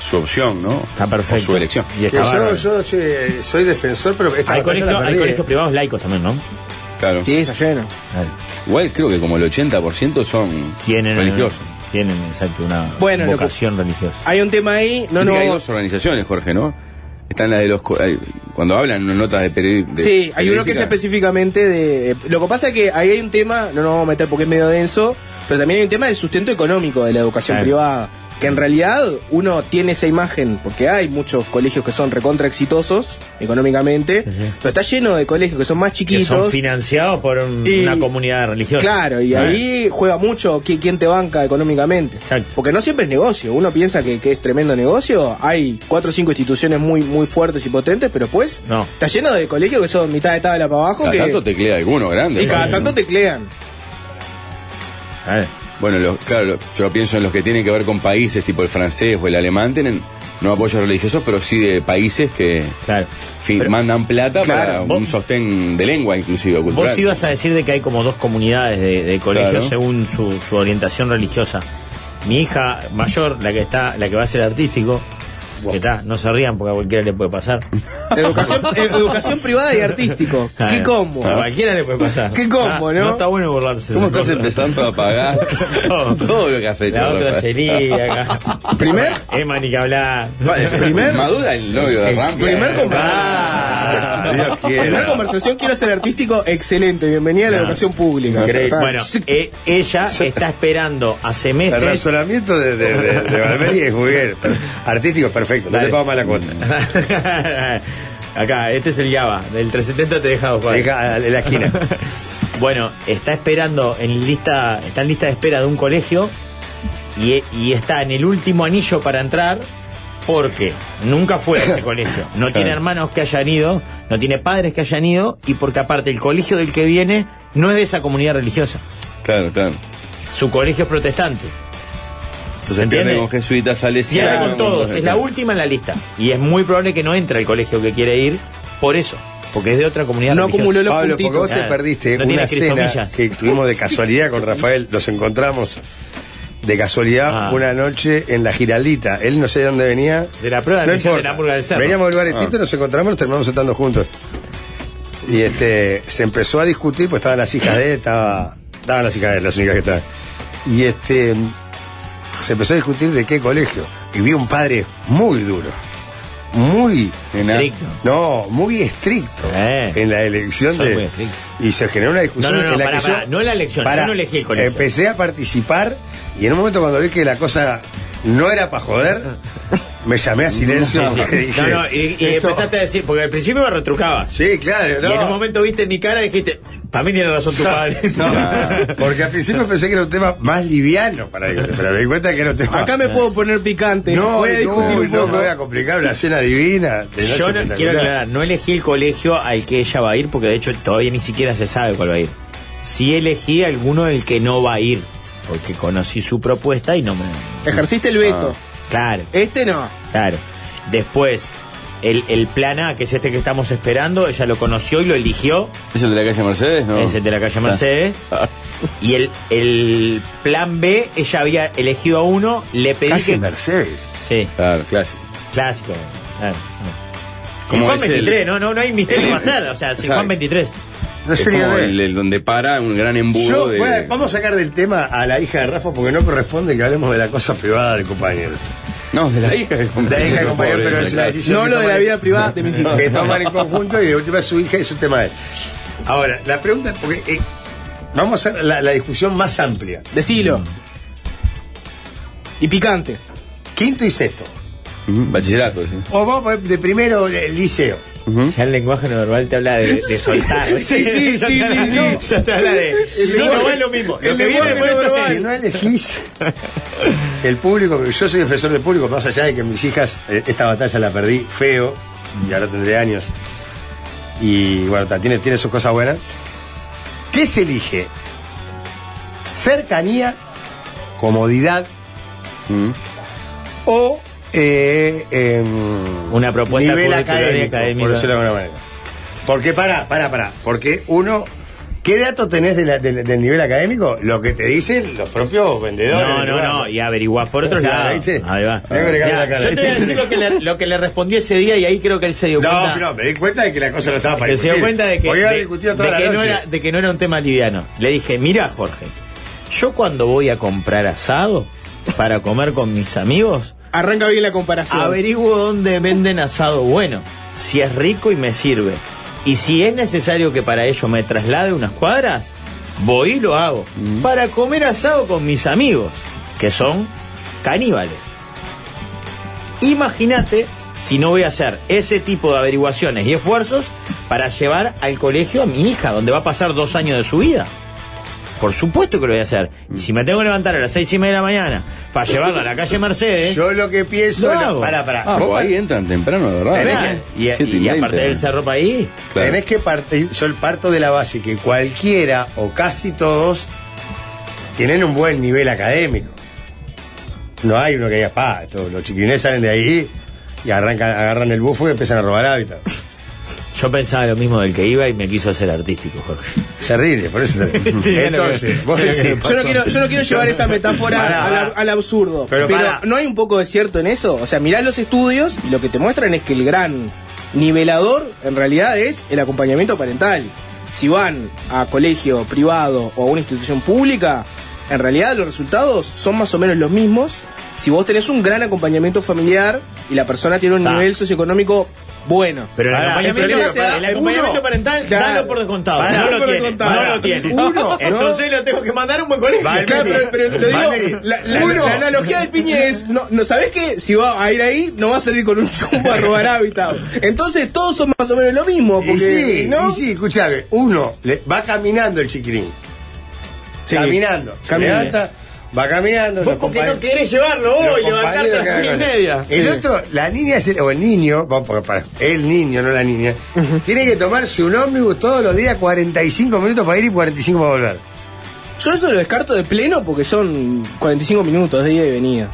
S1: su opción, ¿no?
S4: Está perfecto.
S1: O su elección.
S4: Y
S2: Que
S4: está
S2: yo,
S4: bárbaro.
S2: yo soy, soy defensor, pero esta
S3: Ah,
S4: Hay,
S2: batalla
S4: colegio-
S2: la
S4: hay
S2: perdí,
S4: colegios
S2: eh.
S4: privados laicos también, ¿no?
S1: Claro.
S3: Sí, está lleno.
S1: Igual creo que como el 80% son
S4: Tienen,
S1: religiosos.
S4: Tienen, exacto, una
S3: Bueno, lo que-
S4: vocación religiosa.
S3: Hay un tema ahí, no,
S1: Viste
S3: no.
S1: que hay dos organizaciones, Jorge, ¿no? Están las de los... co- hay- Cuando hablan en notas de periodistas.
S3: Sí, hay uno que es específicamente de... eh, Lo que pasa es que ahí hay un tema, no nos vamos a meter porque es medio denso, pero también hay un tema del sustento económico de la educación
S4: Claro.
S3: privada, que en realidad uno tiene esa imagen, porque hay muchos colegios que son recontra exitosos económicamente, pero está lleno de colegios que son más
S4: Que
S3: chiquitos.
S4: son financiados por un-
S3: Y-
S4: una comunidad religiosa.
S3: Claro, y ahí juega mucho qui- quién te banca económicamente.
S4: Exacto.
S3: Porque no siempre es negocio. Uno piensa que, que es tremendo negocio. Hay cuatro o cinco instituciones muy, muy fuertes y potentes, pero pues
S4: No.
S3: está lleno de colegios que son mitad de tabla para abajo
S1: Cada
S3: que,
S1: tanto teclea alguno grande.
S3: y
S1: ¿no?
S3: cada tanto teclean.
S4: Claro.
S1: Bueno, los- claro, lo- yo pienso en los que tienen que ver con países, tipo el francés o el alemán, tienen no apoyos religiosos, pero sí de países que
S4: claro.
S1: fin, mandan plata para
S4: Claro, vos-
S1: un sostén de lengua, inclusive, cultural.
S4: Vos ibas a decir de que hay como dos comunidades de, de colegios
S1: Claro.
S4: según su, su orientación religiosa. Mi hija mayor, la que está, la que va a ser artístico, que está, no se rían porque a cualquiera le puede pasar.
S2: *laughs*
S3: Educación, eh, educación privada y artístico. *laughs* ¿Qué
S4: Claro.
S3: combo?
S4: A cualquiera le puede pasar. Ah,
S3: Qué combo, ¿no?
S4: No está bueno burlarse. de
S1: ¿Cómo
S4: esas
S1: estás
S4: cosas.
S1: empezando a
S4: *laughs*
S1: pagar
S4: Todo.
S1: todo lo que has hecho?
S4: La otra
S1: Rafa?
S4: sería acá.
S3: *laughs* Primer-
S4: Emma ni que hablar.
S3: Primer-
S1: Madura el novio de Rampi.
S3: Primer
S4: Ah,
S3: conversación.
S2: Dios quiera.
S3: *laughs* Primer conversación, quiero ser artístico. Excelente, bienvenida a la
S4: No.
S3: educación pública.
S4: Increíble.
S3: Está-
S4: Bueno, eh, ella está esperando hace
S2: El
S4: meses.
S2: razonamiento de, de, de, de Valverde es muy bien. Artístico, perfecto. No
S4: Dale.
S2: te pago mala cuota.
S4: *laughs* Acá, este es el Java. Del 370 te deja
S2: Te
S4: Juan.
S2: deja en la esquina.
S4: Bueno, está esperando en lista, está en lista de espera de un colegio y, y está en el último anillo para entrar porque nunca fue
S3: *laughs*
S4: a ese colegio. No tiene hermanos que hayan ido, no tiene padres que hayan ido y porque aparte el colegio del que viene no es de esa comunidad religiosa.
S1: Claro, claro.
S4: Su colegio es protestante.
S1: Entonces
S4: ¿Entiende?
S1: pierde con jesuitas,
S4: Si
S1: salesianos.
S4: anda con todos, es la última en la lista. Y es muy probable que no entre al colegio que quiere ir por eso, porque es de otra comunidad
S3: No
S4: religiosa. Ah,
S3: acumuló los
S2: Pablo, porque
S3: puntitos.
S2: vos te
S4: Claro.
S2: perdiste
S4: No tiene
S2: una cena
S4: cristomillas.
S2: que tuvimos de casualidad con Rafael. Nos encontramos de casualidad
S4: Ah.
S2: una noche en la Giraldita. Él no sé de dónde venía.
S4: De la prueba de
S2: no
S4: admisión de
S2: importa.
S4: la hamburguesa del cerro. Ah.
S2: Veníamos del baretito, nos encontramos, nos terminamos sentando juntos. Y este se empezó a discutir, pues estaban las hijas de él, estaba, estaban las hijas de él, las únicas que estaban. Y este se empezó a discutir de qué colegio. Y vi un padre muy duro, muy
S4: Estricto.
S2: no, muy estricto
S4: Eh.
S2: en la elección
S4: Son muy
S2: de.
S4: estrictos.
S2: Y se generó una discusión
S4: No, no, no,
S2: en la
S4: pará,
S2: que yo-
S4: pará, no la elección, yo no elegí el colegio.
S2: Empecé a participar y en un momento cuando vi que la cosa no era para
S4: *laughs*
S2: joder, me llamé a silencio.
S4: Sí,
S2: porque
S4: sí.
S2: dije,
S4: No, no, y, y
S2: esto-
S4: empezaste a decir, porque al principio me retrucabas.
S2: Sí, claro, no.
S4: Y en un momento viste en mi cara y dijiste, para mí tiene
S2: *laughs*
S4: razón tu padre.
S2: No, porque al principio pensé que era un tema más liviano para discutir, pero me di cuenta que era un tema.
S3: Acá me puedo poner
S2: *laughs*
S3: picante.
S2: no,
S3: voy a discutir
S2: no,
S3: un
S2: no,
S3: poco.
S2: me voy a complicar una cena divina. de noche
S4: Yo no,
S2: espectacular.
S4: quiero aclarar, no elegí el colegio al que ella va a ir, porque de hecho todavía ni siquiera se sabe cuál va a ir. Sí elegí alguno del que no va a ir, porque conocí su propuesta y no me...
S3: Ejerciste el veto.
S2: Ah.
S4: Claro.
S3: Este no.
S4: Claro. Después, el, el plan A, que es este que estamos esperando, ella lo conoció y lo eligió.
S1: ¿Es el de la calle Mercedes? No.
S4: Es el de la calle Mercedes. Y el, el plan B, ella había elegido a uno, le pedí
S2: Calle
S4: que.
S2: Mercedes.
S4: Sí,
S1: Claro, clásico.
S4: clásico. claro.
S1: ¿Cómo
S4: Y Juan
S1: es el-
S4: 23, no, no, no hay misterio
S1: el-
S4: que hacer. O sea, si
S1: Exacto.
S4: Juan 23.
S2: No
S1: es
S2: sé ni
S1: como
S2: idea.
S1: el, el donde para un gran embudo
S2: Yo,
S1: de...
S2: bueno, vamos a sacar del tema a la hija de Rafa porque no corresponde que hablemos de la cosa privada del compañero.
S1: No, de la hija del compañero.
S2: De la hija del compañero,
S1: Pobre
S2: pero
S1: ella,
S2: es una
S1: claro.
S2: decisión
S3: No
S2: que
S3: lo de la
S2: toman-
S3: vida privada de
S2: *laughs*
S3: mis hijos.
S2: que toman en conjunto y de última es su hija y es un tema de él. Ahora, la pregunta es porque eh, vamos a hacer la, la discusión más amplia. Mm.
S3: Decilo. Y picante.
S2: Quinto y sexto.
S1: Ujú, Bachillerato, sí.
S2: O vamos a poner de primero el liceo.
S4: Ya el lenguaje no verbal te habla de, de soltar.
S3: sí, sí, sí, sí, no.
S4: *laughs* Ya te habla de.
S3: El
S4: No,
S3: lenguaje-
S4: no es lo mismo. Lo
S3: el
S4: que viene
S3: lenguaje
S4: después de
S3: no
S4: esto
S3: verbal.
S2: Si no elegís el público, que yo soy defensor del público, más allá de que mis hijas, eh, esta batalla la perdí feo, y ahora tendré años, y bueno, ta, tiene, tiene sus cosas buenas. ¿Qué se elige? ¿Cercanía, comodidad ¿Mm?
S1: Ujú.
S2: o eh, em,
S4: Una propuesta
S2: nivel
S4: curricular y
S2: académico,
S4: académica.
S2: Por decirlo de alguna manera. Porque, para, para, para. Porque uno ¿Qué dato tenés de la- del- del nivel académico? Lo que te dicen los propios vendedores.
S4: No,
S2: del
S4: no,
S2: lugar.
S4: no, y averiguás por otro
S2: Ya,
S4: lado.
S2: ¿viste?
S4: Ahí va.
S2: Me voy a pegar
S4: Ya,
S2: la cara.
S4: yo te voy a decir lo que, le, lo que le respondí ese día y ahí creo que él se dio
S2: No,
S4: cuenta.
S2: no, me di cuenta de que la cosa no estaba para
S4: que se dio cuenta de que,
S2: Podía haber
S4: de-
S2: discutido toda
S4: de
S2: la
S4: que no
S2: noche.
S4: era, de que no era un tema liviano. Le dije, mira Jorge, yo cuando voy a comprar asado para comer con mis amigos,
S3: Arranca bien la comparación.
S4: averiguo dónde venden asado bueno, si es rico y me sirve. Y si es necesario que para ello me traslade unas cuadras, voy y lo hago. Para comer asado con mis amigos, que son caníbales. Imagínate si no voy a hacer ese tipo de averiguaciones y esfuerzos para llevar al colegio a mi hija, donde va a pasar dos años de su vida. Por supuesto que lo voy a hacer. Y si me tengo que levantar a las seis y media de la mañana para llevarlo a la calle
S2: *laughs*
S4: Mercedes.
S2: Yo lo que pienso. no,
S4: Lo hago.
S2: pará, pará.
S1: Ah,
S2: Vos
S1: pues ahí entran temprano, de verdad.
S4: Claro. Y,
S1: Siete
S4: y
S1: veinte.
S4: aparte del cerro país,
S1: Claro.
S2: Tenés que partir, yo parto de la base que cualquiera o casi todos tienen un buen nivel académico. No hay uno que diga, pa, esto, los chiquines salen de ahí y arrancan, agarran el bufo y empiezan a robar hábitat.
S4: yo pensaba lo mismo del que iba y me quiso hacer artístico, Jorge.
S2: Es terrible, por eso.
S3: *laughs*
S4: Sí,
S2: Entonces, vos
S4: sí,
S2: decís,
S3: Yo no, quiero, yo no quiero llevar esa metáfora
S2: Pará,
S3: al,
S2: pará.
S3: al absurdo.
S2: Pero
S3: Pero,
S2: pará.
S3: ¿no hay un poco de cierto en eso? O sea, mirás los estudios y lo que te muestran es que el gran nivelador en realidad es el acompañamiento parental. Si van a colegio privado o a una institución pública, en realidad los resultados son más o menos los mismos. Si vos tenés un gran acompañamiento familiar y la persona tiene un
S4: Ta.
S3: nivel socioeconómico bueno.
S4: Pero el
S2: Pará,
S4: acompañamiento,
S3: el problema se da-
S4: el acompañamiento
S3: uno,
S4: parental,
S3: claro.
S4: dalo por descontado.
S2: Pará,
S4: no
S2: dalo
S4: lo
S2: por
S4: tiene,
S2: descontado.
S4: no lo tiene. *laughs*
S2: Uno,
S4: Entonces lo tengo que mandar a un buen colegio.
S2: Va al
S3: Claro, pero, pero te digo,
S2: Valmeri,
S3: la, la-
S2: uno.
S3: la analogía del piñe es, no, no sabés que si va a ir ahí, no va a salir con un chumbo a robar hábitat. Entonces todos son más o menos lo mismo, porque
S2: y sí,
S3: ¿no?
S2: y sí, escuchame, uno le- va caminando el chiquirín.
S3: Sí.
S2: Caminando. se
S3: Camina.
S2: levanta, va caminando.
S4: Vos
S2: lo
S4: con que no
S2: acompaña.
S4: querés llevarlo
S2: Los
S4: vos y
S2: compañeros
S4: levantarte a las
S2: que
S4: seis y
S2: hagan-
S4: media.
S2: El
S3: Sí.
S2: otro, la niña es el, o el niño, vamos por- para, el niño, no la niña, tiene que tomarse un ómnibus todos los días 45 minutos para ir y 45 para volver.
S3: Yo eso lo descarto de pleno porque son 45 minutos de ida y venida.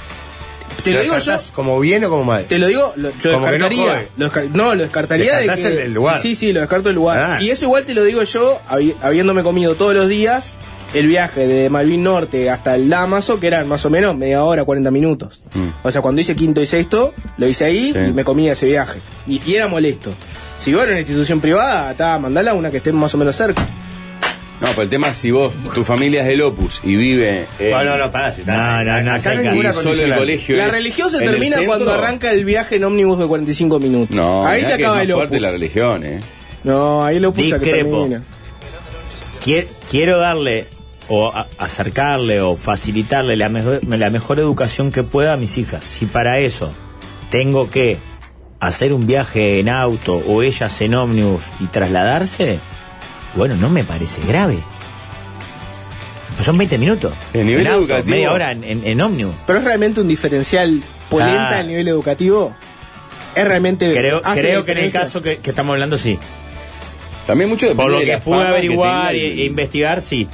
S3: Te lo, digo yo,
S2: descartás como bien o como mal.
S3: te lo digo, lo, yo
S2: Como que no
S3: descartaría.
S2: jode.
S3: lo desca- no, lo descartaría de
S2: Descartás
S3: que,
S2: el- el lugar.
S3: Sí, sí, lo descarto el lugar.
S2: Ah.
S3: Y eso igual te lo digo yo, habi- habiéndome comido todos los días el viaje de Malvin Norte hasta el Damaso, que eran más o menos media hora, 40 minutos.
S1: Mm.
S3: O sea, cuando hice quinto y sexto, lo hice ahí
S1: Sí.
S3: y me comía ese viaje. Y, y era molesto. Si vos en una institución privada, ta, mandala a una que esté más o menos cerca.
S1: No, pero el tema es si vos, tu familia es del Opus y vive. en-
S2: No, no, no, pará. si está-
S4: No, no, no,
S2: acá
S4: acá-
S2: hay
S1: y
S2: ninguna
S1: solo el
S2: condicionante.
S1: colegio.
S3: La
S1: es
S3: religión se
S1: en el
S3: termina
S1: centro.
S3: cuando arranca el viaje en ómnibus de 45 minutos.
S1: No,
S3: ahí
S1: mirá
S3: se
S1: que
S3: acaba
S1: es
S3: el
S1: más
S3: opus.
S1: fuerte la religión, ¿eh?
S3: No, ahí lo puse que
S4: Discrepo.
S3: termina.
S4: Quie- Quiero darle o a- acercarle o facilitarle la mejor, la mejor educación que pueda a mis hijas. Si para eso tengo que hacer un viaje en auto o ellas en ómnibus y trasladarse, bueno, no me parece grave. Pues son 20 minutos.
S1: El nivel
S4: En auto,
S1: educativo-
S4: Media hora en, en- en ómnibus.
S3: Pero es realmente un diferencial polenta
S4: Ah.
S3: al nivel educativo. Es realmente.
S4: Creo,
S3: hace
S4: creo que en el
S3: diferencia.
S4: caso que, que estamos hablando, sí.
S1: También mucho depende
S4: Por lo
S1: de
S4: que
S1: la
S4: pude
S1: fama
S4: averiguar
S1: tenga
S4: e,
S1: el-
S4: e investigar, sí.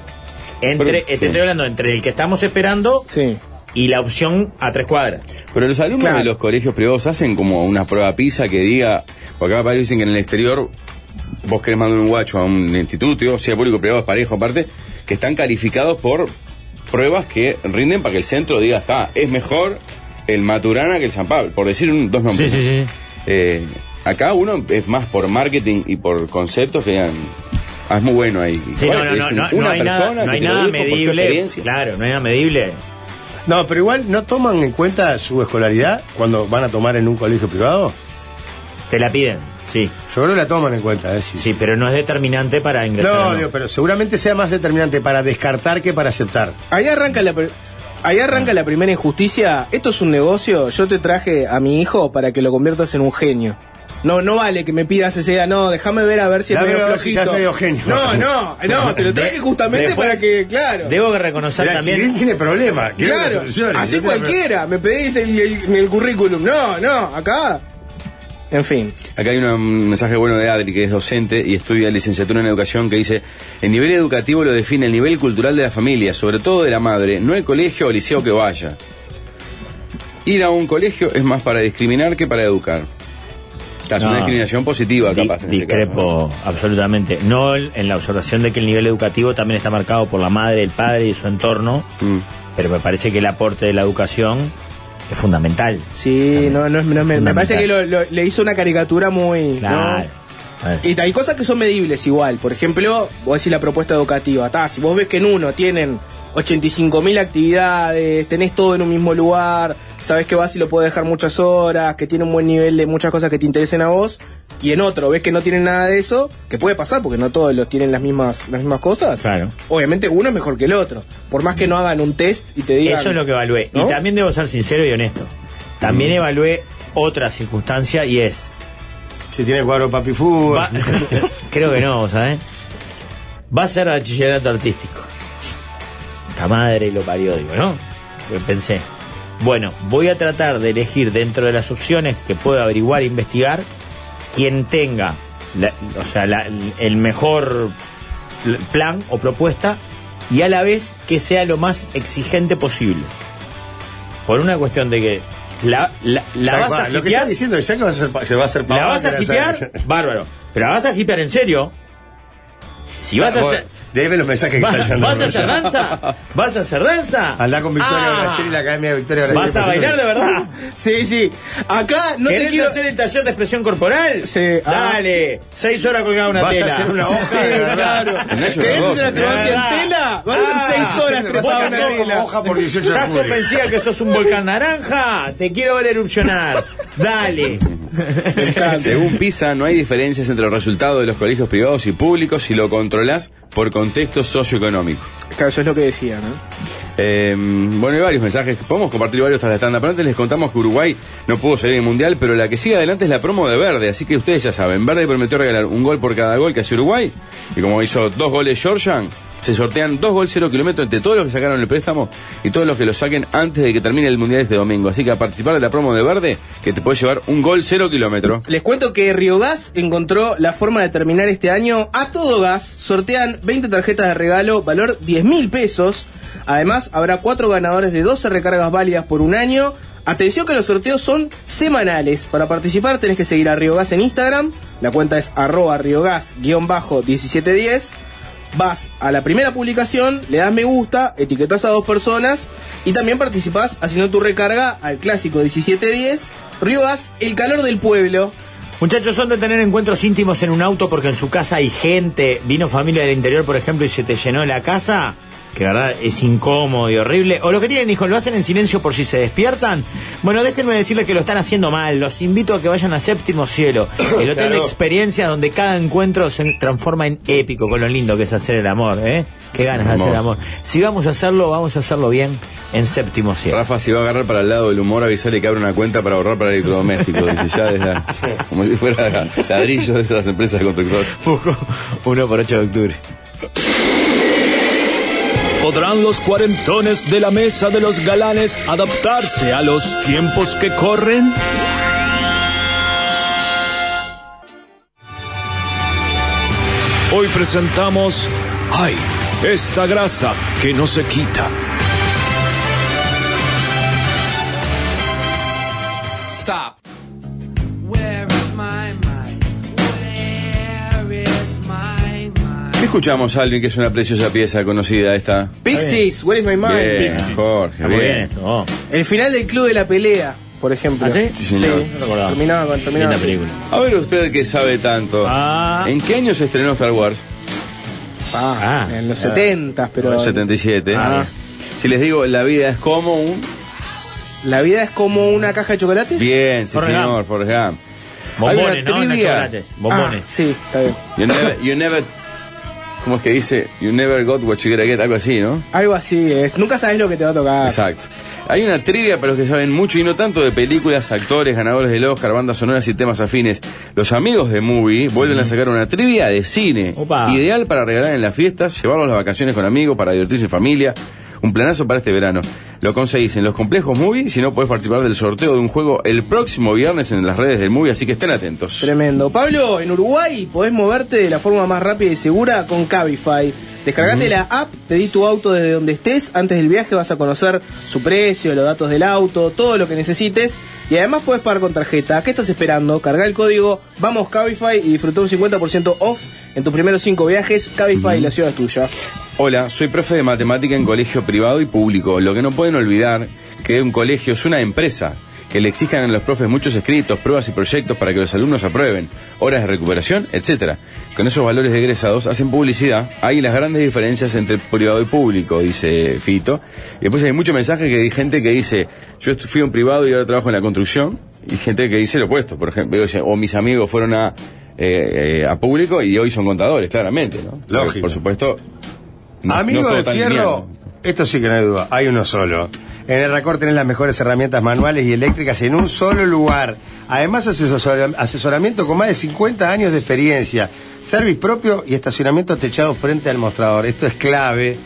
S4: Entre,
S1: Pero-
S4: te
S1: sí.
S4: estoy hablando entre el que estamos esperando
S3: Sí.
S4: y la opción a tres cuadras.
S1: Pero los alumnos
S3: Claro.
S1: de los colegios privados hacen como una prueba PISA que diga, porque acá dicen que en el exterior vos querés mandar un guacho a un instituto, o sea, público privado es parejo aparte, que están calificados por pruebas que rinden para que el centro diga, está, es mejor el Maturana que el San Pablo, por decir un, dos nombres.
S4: sí.
S1: Eh, acá uno es más por marketing y por conceptos que digan, ah, es muy bueno ahí.
S4: Sí,
S1: Bueno,
S4: no, no,
S1: es
S4: no,
S1: un-
S4: no, no hay nada, no
S1: que
S4: hay
S1: te lo
S4: nada
S1: dijo por su
S4: medible.
S1: experiencia.
S4: Claro, no hay nada medible.
S2: No, pero igual no toman en cuenta su escolaridad cuando van a tomar en un colegio privado.
S4: Te la piden. Sí,
S2: Yo creo que la toman en cuenta, eh, sí.
S4: sí, pero no es determinante para ingresar. o
S2: No,
S4: no.
S2: digo, pero seguramente sea más determinante para descartar que para aceptar.
S3: Ahí arranca la. pr- Ahí arranca la primera injusticia. Esto es un negocio. Yo te traje a mi hijo para que lo conviertas en un genio. No, no vale que me pidas esa idea. No, déjame ver a ver si es
S2: Dame
S3: medio
S2: a ver si ya
S3: flojito.
S2: es medio genio.
S3: No, no,
S2: *laughs*
S3: no, te lo traje
S4: De-
S3: justamente
S4: después-
S3: para que, claro.
S4: Debo que reconocer
S2: Mira, Chiquirín
S4: también.
S2: tiene problemas. quiero que
S3: Claro,
S2: lo solucione.
S3: así
S2: Yo quiero-
S3: cualquiera. Me pedís el, el- el currículum. No, no, acá. En fin.
S1: Acá hay una- un mensaje bueno de Adri, que es docente y estudia licenciatura en educación, que dice, el nivel educativo lo define el nivel cultural de la familia, sobre todo de la madre, no el colegio o liceo que vaya. Ir a un colegio es más para discriminar que para educar. Claro, es una
S4: No.
S1: discriminación positiva,
S4: Di-
S1: capaz. en ese caso,
S4: discrepo absolutamente. No en en la observación de que el nivel educativo también está marcado por la madre, el padre y su entorno,
S1: ¿no? Mm.
S4: pero me parece que el aporte de la educación es fundamental.
S3: Sí, no, no, es- no, me, me parece que lo- lo- le hizo una caricatura muy. ¿no?
S4: Claro. Eh,
S3: Y hay cosas que son medibles igual. Por ejemplo, vos decís la propuesta educativa. Ta, si vos ves que en uno tienen 85.000 actividades, tenés todo en un mismo lugar, sabés que vas y lo puedes dejar muchas horas, que tiene un buen nivel de muchas cosas que te interesen a vos, y en otro ves que no tienen nada de eso, que puede pasar porque no todos los tienen las mismas, las mismas cosas.
S4: Claro.
S3: Obviamente uno es mejor que el otro. Por más que no hagan un test y te digan.
S4: Eso es lo que evalué.
S3: ¿no? Mm.
S4: Y también debo ser sincero y honesto. También evalué otra circunstancia y es
S2: Si tiene cuadro papi fútbol.
S4: Va- *laughs* Creo que no, ¿sabes? Va a ser bachillerato artístico. La madre lo parió, digo, ¿no? Pues Pensé. Bueno, voy a tratar de elegir dentro de las opciones que puedo averiguar e investigar quien tenga, la- o sea, la- el mejor pl- plan o propuesta y a la vez que sea lo más exigente posible. Por una cuestión de que la, la, la
S2: Tal
S4: vas
S2: cual,
S4: a
S2: Lo que
S4: hipear-
S2: está diciendo es que va a ser, pa- se va a hacer
S4: ¿La
S2: pavada,
S4: vas a
S2: que la-
S4: hipear?
S2: *laughs*
S4: Bárbaro. Pero la vas a hipear en serio. Si vas a
S2: Vos,
S4: hacer.
S2: De ahí ven los mensajes que
S4: *laughs* va-
S2: están llegando.
S4: ¿Vas a hacer danza? ¿Vas a hacer danza?
S2: Andá con Victoria
S4: Ah,
S2: Brasil y la Academia de Victoria Brasil.
S4: ¿Vas a bailar de verdad?
S3: Sí, sí. Acá *laughs* no te
S4: ¿Querés
S3: quiero.
S4: hacer el taller de expresión corporal?
S3: Sí, ah.
S4: Dale, seis horas colgada una
S2: Vas a
S4: tela.
S2: hacer
S4: *laughs*
S2: una hoja,
S3: Sí,
S2: de verdad.
S3: claro.
S1: Nacho
S3: ¿Querés
S1: Garrote.
S3: hacer una acrobacia en tela? Van a
S4: Ah,
S3: ser seis horas
S2: Vos
S3: trenzada en una
S2: tampoco
S3: tela.
S2: como hoja por 18 de
S4: ¿Estás
S2: julio.
S4: convencida que sos un volcán naranja? Te quiero ver erupcionar.
S2: *laughs*
S4: Dale. Ah,
S1: Según PISA, no hay diferencias entre los resultados de los colegios privados y públicos si lo controlás por contexto socioeconómico.
S3: Claro, eso es lo que decía, ¿no?
S1: Eh, bueno, hay varios mensajes. Podemos compartir varios tras la tanda. Pero antes les contamos que Uruguay no pudo salir en el mundial, pero la que sigue adelante es la promo de Verde. Así que ustedes ya saben, Verde prometió regalar un gol por cada gol que hace Uruguay. Y como hizo dos goles Georgian, se sortean dos gol cero kilómetros entre todos los que sacaron el préstamo y todos los que lo saquen antes de que termine el mundial este domingo. Así que a participar de la promo de Verde, que te puede llevar un gol cero kilómetro.
S3: Les cuento que Riogas encontró la forma de terminar este año a todo gas. Sortean 20 tarjetas de regalo, valor 10 mil pesos. Además, habrá cuatro ganadores de 12 recargas válidas por un año. Atención que los sorteos son semanales. Para participar tenés que seguir a Riogas en Instagram. La cuenta es arroba riogas-1710. Vas a la primera publicación, le das me gusta, etiquetas a dos personas y también participás haciendo tu recarga al clásico 1710, Riogas, el calor del pueblo.
S4: Muchachos, son de tener encuentros íntimos en un auto porque en su casa hay gente, vino familia del interior, por ejemplo, y se te llenó la casa, que la verdad es incómodo y horrible. O los que tienen hijos lo hacen en silencio por si se despiertan. Bueno, déjenme decirles que lo están haciendo mal. Los invito a que vayan a Séptimo *coughs* Cielo, el hotel de
S2: Claro.
S4: experiencia donde cada encuentro se transforma en épico, con lo lindo que es hacer el amor, ¿eh? Qué ganas de hacer el amor. Si vamos a hacerlo, vamos a hacerlo bien en Séptimo Cielo.
S1: Rafa se va a agarrar para el lado del humor, avisarle que abre una cuenta para ahorrar para el electrodoméstico. Dice, ya desde la- como si fuera ladrillo de esas empresas de constructor.
S4: Busco *laughs* uno por 8 de octubre.
S6: ¿Podrán los cuarentones de la mesa de los galanes adaptarse a los tiempos que corren? Hoy presentamos ¡Ay! Esta grasa que no se quita.
S7: Stop. Where is my mind? Where is my mind?
S1: ¿Qué escuchamos, Alvin, que es una preciosa pieza conocida esta?
S3: Pixies, Where is my mind?
S1: Bien, Jorge,
S4: Está muy bien
S1: bien.
S4: esto. vamos.
S3: El final del club de la pelea, por ejemplo.
S4: ¿Ah, sí?
S1: Sí, señor.
S4: No recordaba.
S3: terminaba con terminaba
S4: Linda
S3: así.
S4: película.
S1: A ver usted que sabe tanto.
S4: Ah.
S1: ¿En qué año se estrenó Star Wars?
S3: Ah,
S4: Ah.
S3: en los 70 pero
S1: En 77.
S4: Ah.
S1: Si les digo, la vida es como un...
S3: la vida es como una caja de chocolates.
S1: Bien, sí
S4: Forrest
S1: señor, Forrest Gump. Hay
S4: Bombones,
S1: una
S4: ¿no? No
S1: trivia.
S4: chocolates.
S3: Ah,
S4: Bombones.
S3: sí, está bien.
S1: You never, you never... ¿Cómo es que dice? You never got what you gotta get, algo así, ¿no?
S3: Algo así es. Nunca sabes lo que te va a tocar.
S1: Exacto. Hay una trivia para los que saben mucho y no tanto de películas, actores, ganadores del Oscar, bandas sonoras y temas afines. Los amigos de Movie vuelven a sacar una trivia de cine.
S4: Opa.
S1: Ideal para regalar en las fiestas, llevarlos a las vacaciones con amigos, para divertirse en familia. Un planazo para este verano. Lo conseguís en los complejos Movie, si no podés participar del sorteo de un juego el próximo viernes en las redes del Movie, así que estén atentos.
S3: Tremendo. Pablo, en Uruguay podés moverte de la forma más rápida y segura con Cabify. Descargate la app, pedí tu auto desde donde estés. Antes del viaje vas a conocer su precio, los datos del auto, todo lo que necesites. Y además podés pagar con tarjeta. ¿Qué estás esperando? Carga el código Vamos Cabify y disfruta un 50% off en tus primeros 5 viajes. Cabify, la ciudad es tuya.
S1: Hola, soy profe de matemática en colegio privado y público. Lo que no pueden olvidar que un colegio es una empresa. Que le exijan a los profes muchos escritos, pruebas y proyectos para que los alumnos aprueben, horas de recuperación, etcétera. Con esos valores de egresados hacen publicidad. Hay las grandes diferencias entre privado y público, dice Fito. Y después hay mucho mensaje que hay gente que dice, yo estu- fui a un privado y ahora trabajo en la construcción. Y gente que dice lo opuesto, por ejemplo. digo, dice, O mis amigos fueron a, eh, eh, a público y hoy son contadores, claramente, ¿no?
S2: Lógico.
S1: Por supuesto, no-
S2: Amigo
S1: no todo
S2: de
S1: tan
S2: Fierro,
S1: lineal.
S2: esto sí que no hay duda, hay uno solo. En el Racor tenés las mejores herramientas manuales y eléctricas en un solo lugar. Además, asesora- asesoramiento con más de 50 años de experiencia, service propio y estacionamiento techado frente al mostrador. Esto es clave,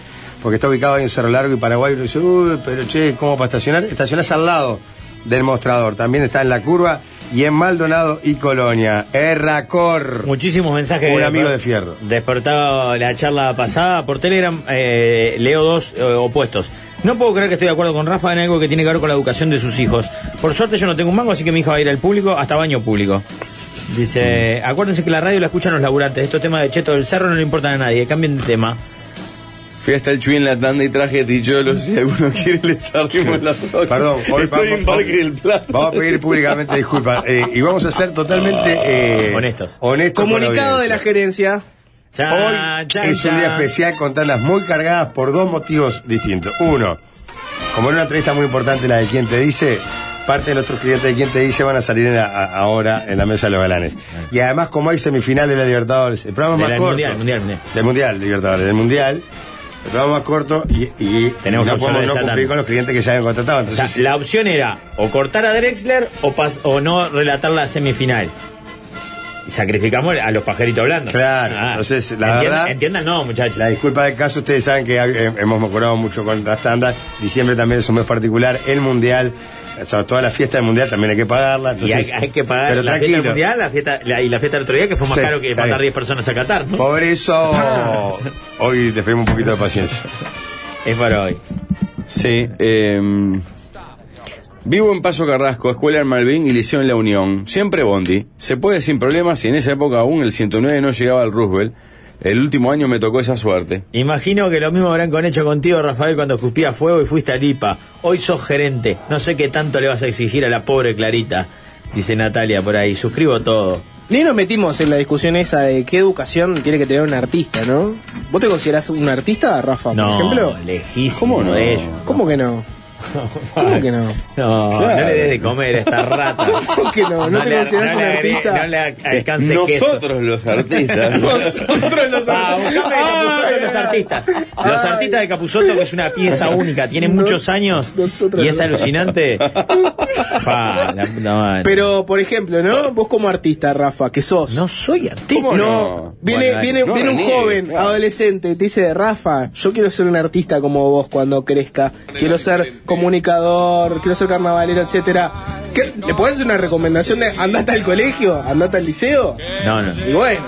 S2: porque está ubicado ahí en Cerro Largo y Paraguay. Uno dice, uy, pero che, ¿cómo para estacionar? Estacionás al lado del mostrador. También está en La Curva y en Maldonado y Colonia. Erracor.
S4: Muchísimos mensajes.
S2: Un amigo de fierro.
S4: Despertaba la charla pasada por Telegram. eh, leo dos eh, opuestos. No puedo creer que estoy de acuerdo con Rafa en algo que tiene que ver con la educación de sus hijos. Por suerte yo no tengo un mango, así que mi hija va a ir al público hasta baño público. Dice, acuérdense que la radio la escuchan los laburantes. Estos temas de Cheto del Cerro no le importan a nadie. Cambien de tema.
S1: Fui hasta el Chuy en la tanda y traje ticholos. Si
S2: *laughs*
S1: alguno quiere, les arrimos la ropa.
S2: Perdón, hoy
S1: Estoy
S2: vamos-
S1: en Parque del Plata.
S2: Vamos a pedir públicamente disculpas eh, y vamos a ser totalmente eh,
S4: Honestos.
S2: honestos con
S3: Comunicado de la
S2: audiencia.
S3: gerencia.
S2: Hoy
S4: ya,
S2: es un
S4: ya.
S2: día especial con tablas muy cargadas por dos motivos distintos. Uno, como en una entrevista muy importante, la de quien te dice, parte de nuestros clientes de quien te dice van a salir en la- a- ahora en la mesa de los galanes. Y además, como hay semifinal de la Libertadores, el programa
S4: De
S2: más
S4: la- el
S2: corto.
S4: Mundial, el Mundial, el Mundial.
S2: Del Mundial, Libertadores, del Mundial. El programa más corto y, y
S4: Tenemos
S2: no
S4: que
S2: podemos
S4: usar
S2: no
S4: esa
S2: cumplir
S4: tanda.
S2: con los clientes que ya habían contratado.
S4: O sea,
S2: Entonces,
S4: la opción era o cortar a Drexler o, pas- o no relatar la semifinal. Y sacrificamos a los pajeritos hablando.
S2: Claro, entonces, la
S4: entiendan,
S2: verdad-
S4: Entiendan, no, muchachos.
S2: La disculpa del caso, ustedes saben que eh, hemos mejorado mucho con las tandas. Diciembre también es un mes particular. El mundial, o sea, toda la fiesta del mundial también hay que pagarla.
S4: Y
S2: entonces-
S4: hay, hay que pagar
S2: Pero
S4: la fiesta
S2: tranquilo.
S4: del mundial la fiesta, la- y la fiesta del otro día, que fue más
S2: Sí,
S4: caro que
S2: está
S4: mandar
S2: bien.
S4: 10 personas a Qatar. ¿no?
S2: Por
S4: *laughs*
S2: eso, hoy te pedimos un poquito de paciencia.
S4: Es para hoy.
S1: Sí. eh, vivo en Paso Carrasco, Escuela en Malvin y Liceo en La Unión. Siempre Bondi. Se puede sin problemas y en esa época aún el 109 no llegaba al Roosevelt. El último año me tocó esa suerte.
S4: Imagino que lo mismo habrán con hecho contigo, Rafael, cuando escupía fuego y fuiste a Lipa. Hoy sos gerente. No sé qué tanto le vas a exigir a la pobre Clarita. Dice Natalia por ahí. Suscribo todo.
S3: Ni nos metimos en la discusión esa de qué educación tiene que tener un artista, ¿no? ¿Vos te considerás un artista, Rafa, por
S4: No,
S3: ejemplo?
S4: lejísimo
S1: ¿Cómo no?
S4: de ellos.
S3: ¿Cómo que
S4: *laughs*
S3: no? ¿Cómo que no?
S4: No,
S1: Claro.
S4: no le des de comer a esta
S3: *laughs*
S4: rata.
S3: ¿Cómo que no? ¿No, te
S4: le-
S3: considerás
S4: no
S3: un
S4: le agregue-
S3: artista?
S4: No le alcance queso.
S1: Eh, Nosotros los artistas.
S4: *laughs*
S3: Nosotros los eh.
S4: Ah, buscame de Capusotto los artistas. Los artistas de Capusotto, que es
S3: *laughs*
S4: una pieza única, tiene muchos años
S3: nosotros
S4: y es
S3: no. *laughs*
S4: alucinante. Pa, la puta madre.
S3: Pero, por ejemplo, ¿no? Vos como artista, Rafa, que sos.
S4: no soy artista.
S1: ¿Cómo
S3: No, viene,
S4: Bueno,
S3: viene,
S1: no
S3: viene un
S1: reniegues,
S3: joven,
S1: claro.
S3: adolescente, y te dice, Rafa, yo quiero ser un artista como vos cuando crezca, quiero ser comunicador, quiero ser carnavalero, etcétera. ¿Qué- ¿Le podés hacer una recomendación de andate al colegio, andate al liceo?
S4: No, no.
S3: Y bueno,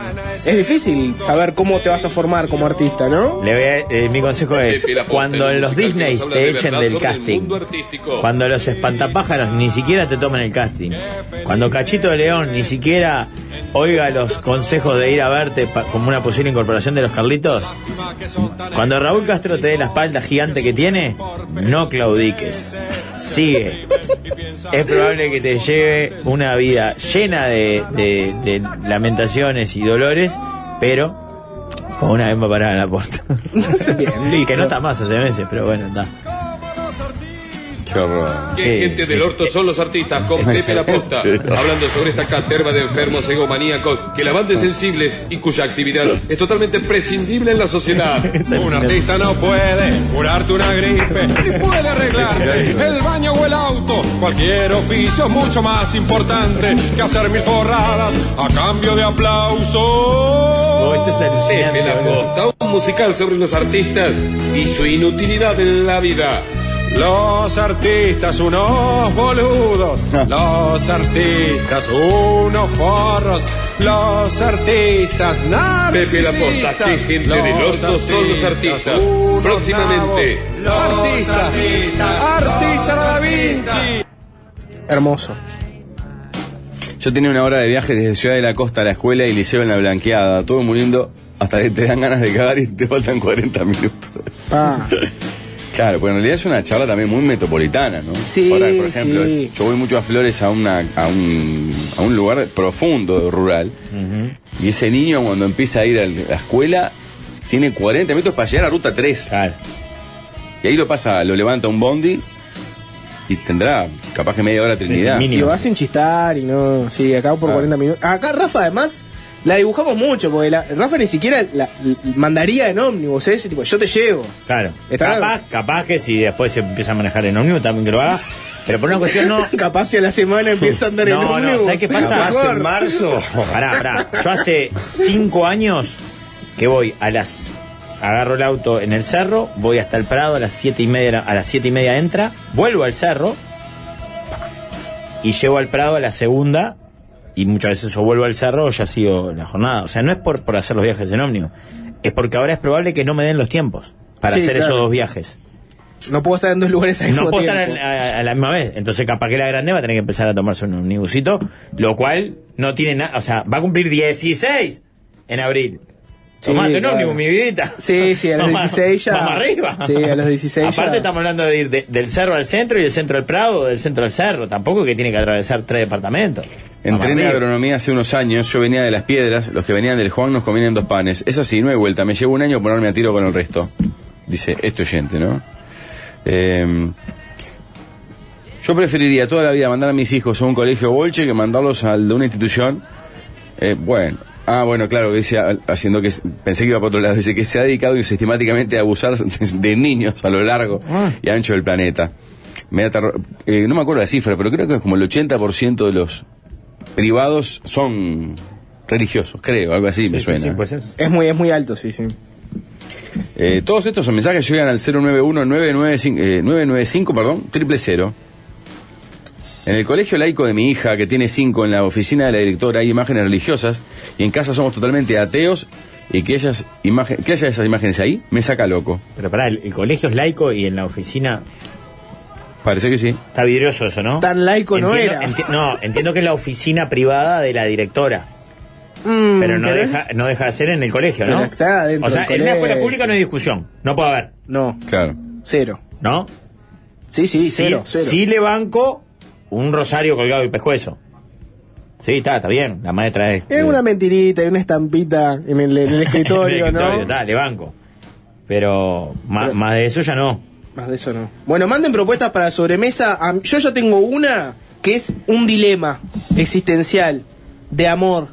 S3: es difícil saber cómo te vas a formar como artista, ¿no?
S4: Le voy a- eh, mi consejo es,
S8: Pepe Laporte,
S4: cuando
S8: el
S4: los
S8: musical que
S4: Disney
S8: nos habla
S4: te
S8: de
S4: echen
S8: verdad
S4: del
S8: sobre el
S4: casting,
S8: mundo artístico.
S4: cuando los espantapájaros ni siquiera te toman el casting, cuando Cachito de León ni siquiera oiga los consejos de ir a verte pa- como una posible incorporación de los Carlitos, cuando Raúl Castro te dé la espalda gigante que tiene, no claudiques, sigue. Es probable que te lleve una vida llena de, de- de lamentaciones y dolores, pero con una gamba parada en la puerta.
S3: No sé bien, listo.
S4: que no está más hace meses, pero bueno, está.
S1: Qué horror.
S8: ¿Qué
S4: Sí,
S8: gente del
S4: sí,
S8: orto son los artistas? Con Pepe la posta. Hablando sobre esta caterva de enfermos egomaníacos que la
S4: Ah.
S8: van de sensibles y cuya actividad es totalmente prescindible en
S4: *laughs*
S8: la sociedad.
S4: Un
S8: artista no puede curarte una gripe, ni puede arreglarte el baño o el auto. Cualquier oficio es mucho
S3: Oh,
S8: más importante que hacer mil forradas a cambio de aplausos.
S4: esto es
S8: Pepe
S4: alucinante.
S8: la
S4: boludo.
S8: Posta, un musical sobre los artistas y su inutilidad en la vida.
S9: Los artistas unos boludos, los artistas unos forros, los artistas
S8: Pepe la
S9: narcisistas.
S8: Posta, qué gente del orto son los artistas.
S9: unos
S8: Próximamente.
S9: nabos, los artistas, artistas, Da Vinci.
S3: Hermoso.
S1: Yo tenía una hora de viaje desde Ciudad de la Costa a la escuela y liceo en la blanqueada, todo muriendo hasta que te dan ganas de cagar y te faltan 40 minutos.
S3: Pa.
S1: Claro, pues en realidad es una charla también muy metropolitana, ¿no?
S3: Sí,
S1: Ahora, por ejemplo,
S3: sí.
S1: yo voy mucho a Flores a, una, a, un, a un lugar profundo, rural, y ese niño cuando empieza a ir a la escuela tiene 40 minutos para llegar a Ruta 3.
S3: Ah.
S4: Claro.
S1: Y ahí lo pasa, lo levanta un bondi y tendrá capaz que media hora a Trinidad.
S4: mínimo.
S3: Y lo hacen chistar y no. Sí, acá por
S1: Ah.
S3: 40 minutos. Acá Rafa, además, la dibujamos mucho, porque la- Rafa ni siquiera la, mandaría en ómnibus, ese tipo, yo te llevo.
S4: Claro.
S3: Está-
S4: Capaz, capaz que si después se empieza a manejar en ómnibus también que lo haga. Pero por una cuestión no.
S3: Capaz si a la semana empieza a andar en
S4: No, no,
S3: ómnibus.
S4: ¿sabes qué pasa?
S3: *laughs* Mejor.
S4: Capaz en marzo. Pará, pará. Yo hace cinco años que voy a las. Agarro el auto en el cerro, voy hasta el Prado a las siete y media, a las siete y media entra, vuelvo al cerro y llego al Prado a la segunda y muchas veces yo vuelvo al cerro ya sigo la jornada. O sea, no es por, por hacer los viajes en ómnibus, es porque ahora es probable que no me den los tiempos para
S3: Sí,
S4: hacer esos
S3: claro.
S4: dos viajes.
S3: No puedo estar en dos lugares al
S4: No
S3: mismo
S4: puedo estar
S3: tiempo.
S4: a, a- a la misma vez. Entonces, capaz que la grande va a tener que empezar a tomarse un omnibusito, lo cual no tiene nada. O sea, va a cumplir 16 en abril.
S3: Sí,
S4: Tomate un
S3: claro.
S4: ómnibus, mi vidita.
S3: Sí, sí, a los
S4: Vamos-
S3: 16 ya.
S4: Vamos arriba.
S3: Sí, a los 16 ya.
S4: Aparte, estamos hablando de ir de- del cerro al centro y del centro al Prado, o del centro al cerro. Tampoco que tiene que atravesar tres departamentos.
S1: Entré en
S4: Vamos arriba.
S1: agronomía hace unos años, yo venía de las piedras, los que venían del Juan nos comían dos panes. Es así, no hay vuelta, me llevo un año ponerme a tiro con el resto. Dice, esto oyente, ¿no? Eh, yo preferiría toda la vida mandar a mis hijos a un colegio bolche que mandarlos al de una institución. eh, bueno, ah, bueno, claro, que dice, ah, haciendo que pensé que iba para otro lado, dice que se ha dedicado sistemáticamente a abusar *laughs* de, de niños a lo largo
S4: Ah.
S1: y ancho del planeta. Me da terror- eh, no me acuerdo la cifra, pero creo que es como el 80% de los privados son religiosos, creo, algo así me suena.
S4: Sí, pues es.
S3: Es muy, es muy alto, sí, sí.
S1: Eh, todos estos son mensajes llegan al 091-995, eh, 995, perdón, triple cero. En el colegio laico de mi hija, que tiene cinco, en la oficina de la directora hay imágenes religiosas y en casa somos totalmente ateos y que, ellas imagen, que haya esas imágenes ahí me saca loco.
S4: Pero pará, el, el colegio es laico y en la oficina
S1: Parece que sí.
S4: está vidrioso eso, ¿no?
S3: Tan laico no
S4: Entiendo-
S3: era.
S4: enti- no, entiendo que es la oficina privada de la directora.
S3: Mm,
S4: Pero no,
S3: pero es-
S4: deja, no deja de ser en el colegio, ¿no?
S3: Pero está dentro
S4: o sea,
S3: del
S4: en una escuela
S3: colegio.
S4: pública no hay discusión. No puede haber,
S3: No,
S1: Claro.
S3: cero.
S4: ¿no?
S3: Sí, sí, cero,
S4: sí,
S3: cero.
S4: sí le banco un rosario colgado del pescuezo. Sí, está, está bien. La maestra *laughs* es.
S3: Es una mentirita y una estampita en
S4: *laughs*
S3: el, en el escritorio, ¿no?
S4: Está, le banco. Pero ma- más,
S3: Pero-
S4: de eso ya no.
S3: Más Ah, de eso no. Bueno, manden propuestas para sobremesa. Am- Yo ya tengo una que es un dilema existencial de amor.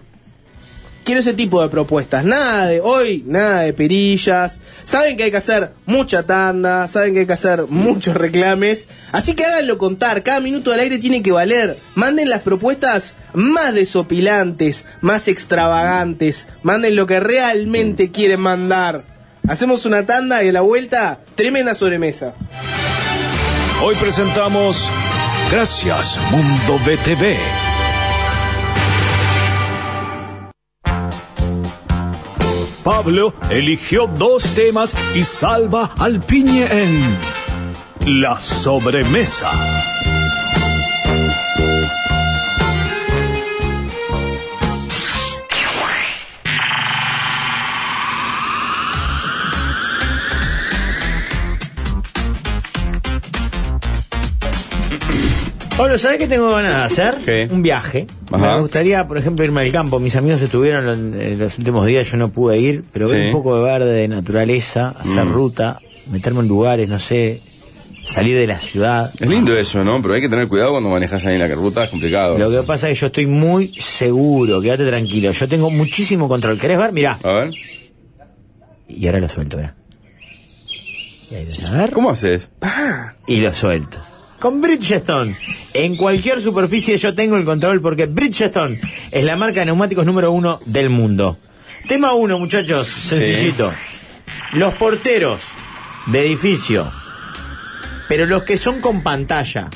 S3: Quiero ese tipo de propuestas. Nada de hoy, nada de perillas. Saben que hay que hacer mucha tanda, saben que hay que hacer muchos reclames. Así que háganlo contar. Cada minuto al aire tiene que valer. Manden las propuestas más desopilantes, más extravagantes. Manden lo que realmente quieren mandar. Hacemos una tanda y a la vuelta, tremenda sobremesa.
S6: Hoy presentamos Gracias Mundo BTV. Pablo eligió dos temas y salva al piñe en La sobremesa.
S4: Pablo, ¿sabés qué tengo ganas de hacer?
S1: ¿Qué?
S4: Un viaje.
S1: Ajá.
S4: Me gustaría, por ejemplo, irme al campo. Mis amigos estuvieron en, en los últimos días, yo no pude ir, pero ver
S1: Sí. Mm.
S4: un poco de verde, de naturaleza, hacer ruta, meterme en lugares, no sé, salir de la ciudad.
S1: Es lindo eso, ¿no? Pero hay que tener cuidado cuando manejas ahí en la ruta, es complicado.
S4: Lo que pasa es que yo estoy muy seguro, quédate tranquilo. Yo tengo muchísimo control. ¿Querés ver? Mirá.
S1: A ver,
S4: Y ahora lo suelto, mirá. Y ahí lo- a ver.
S1: ¿cómo haces?
S4: Y lo suelto. Con Bridgestone. En cualquier superficie yo tengo el control porque Bridgestone es la marca de neumáticos número uno del mundo. Tema uno, muchachos, sencillito. Los porteros de edificio, pero los que son con pantalla.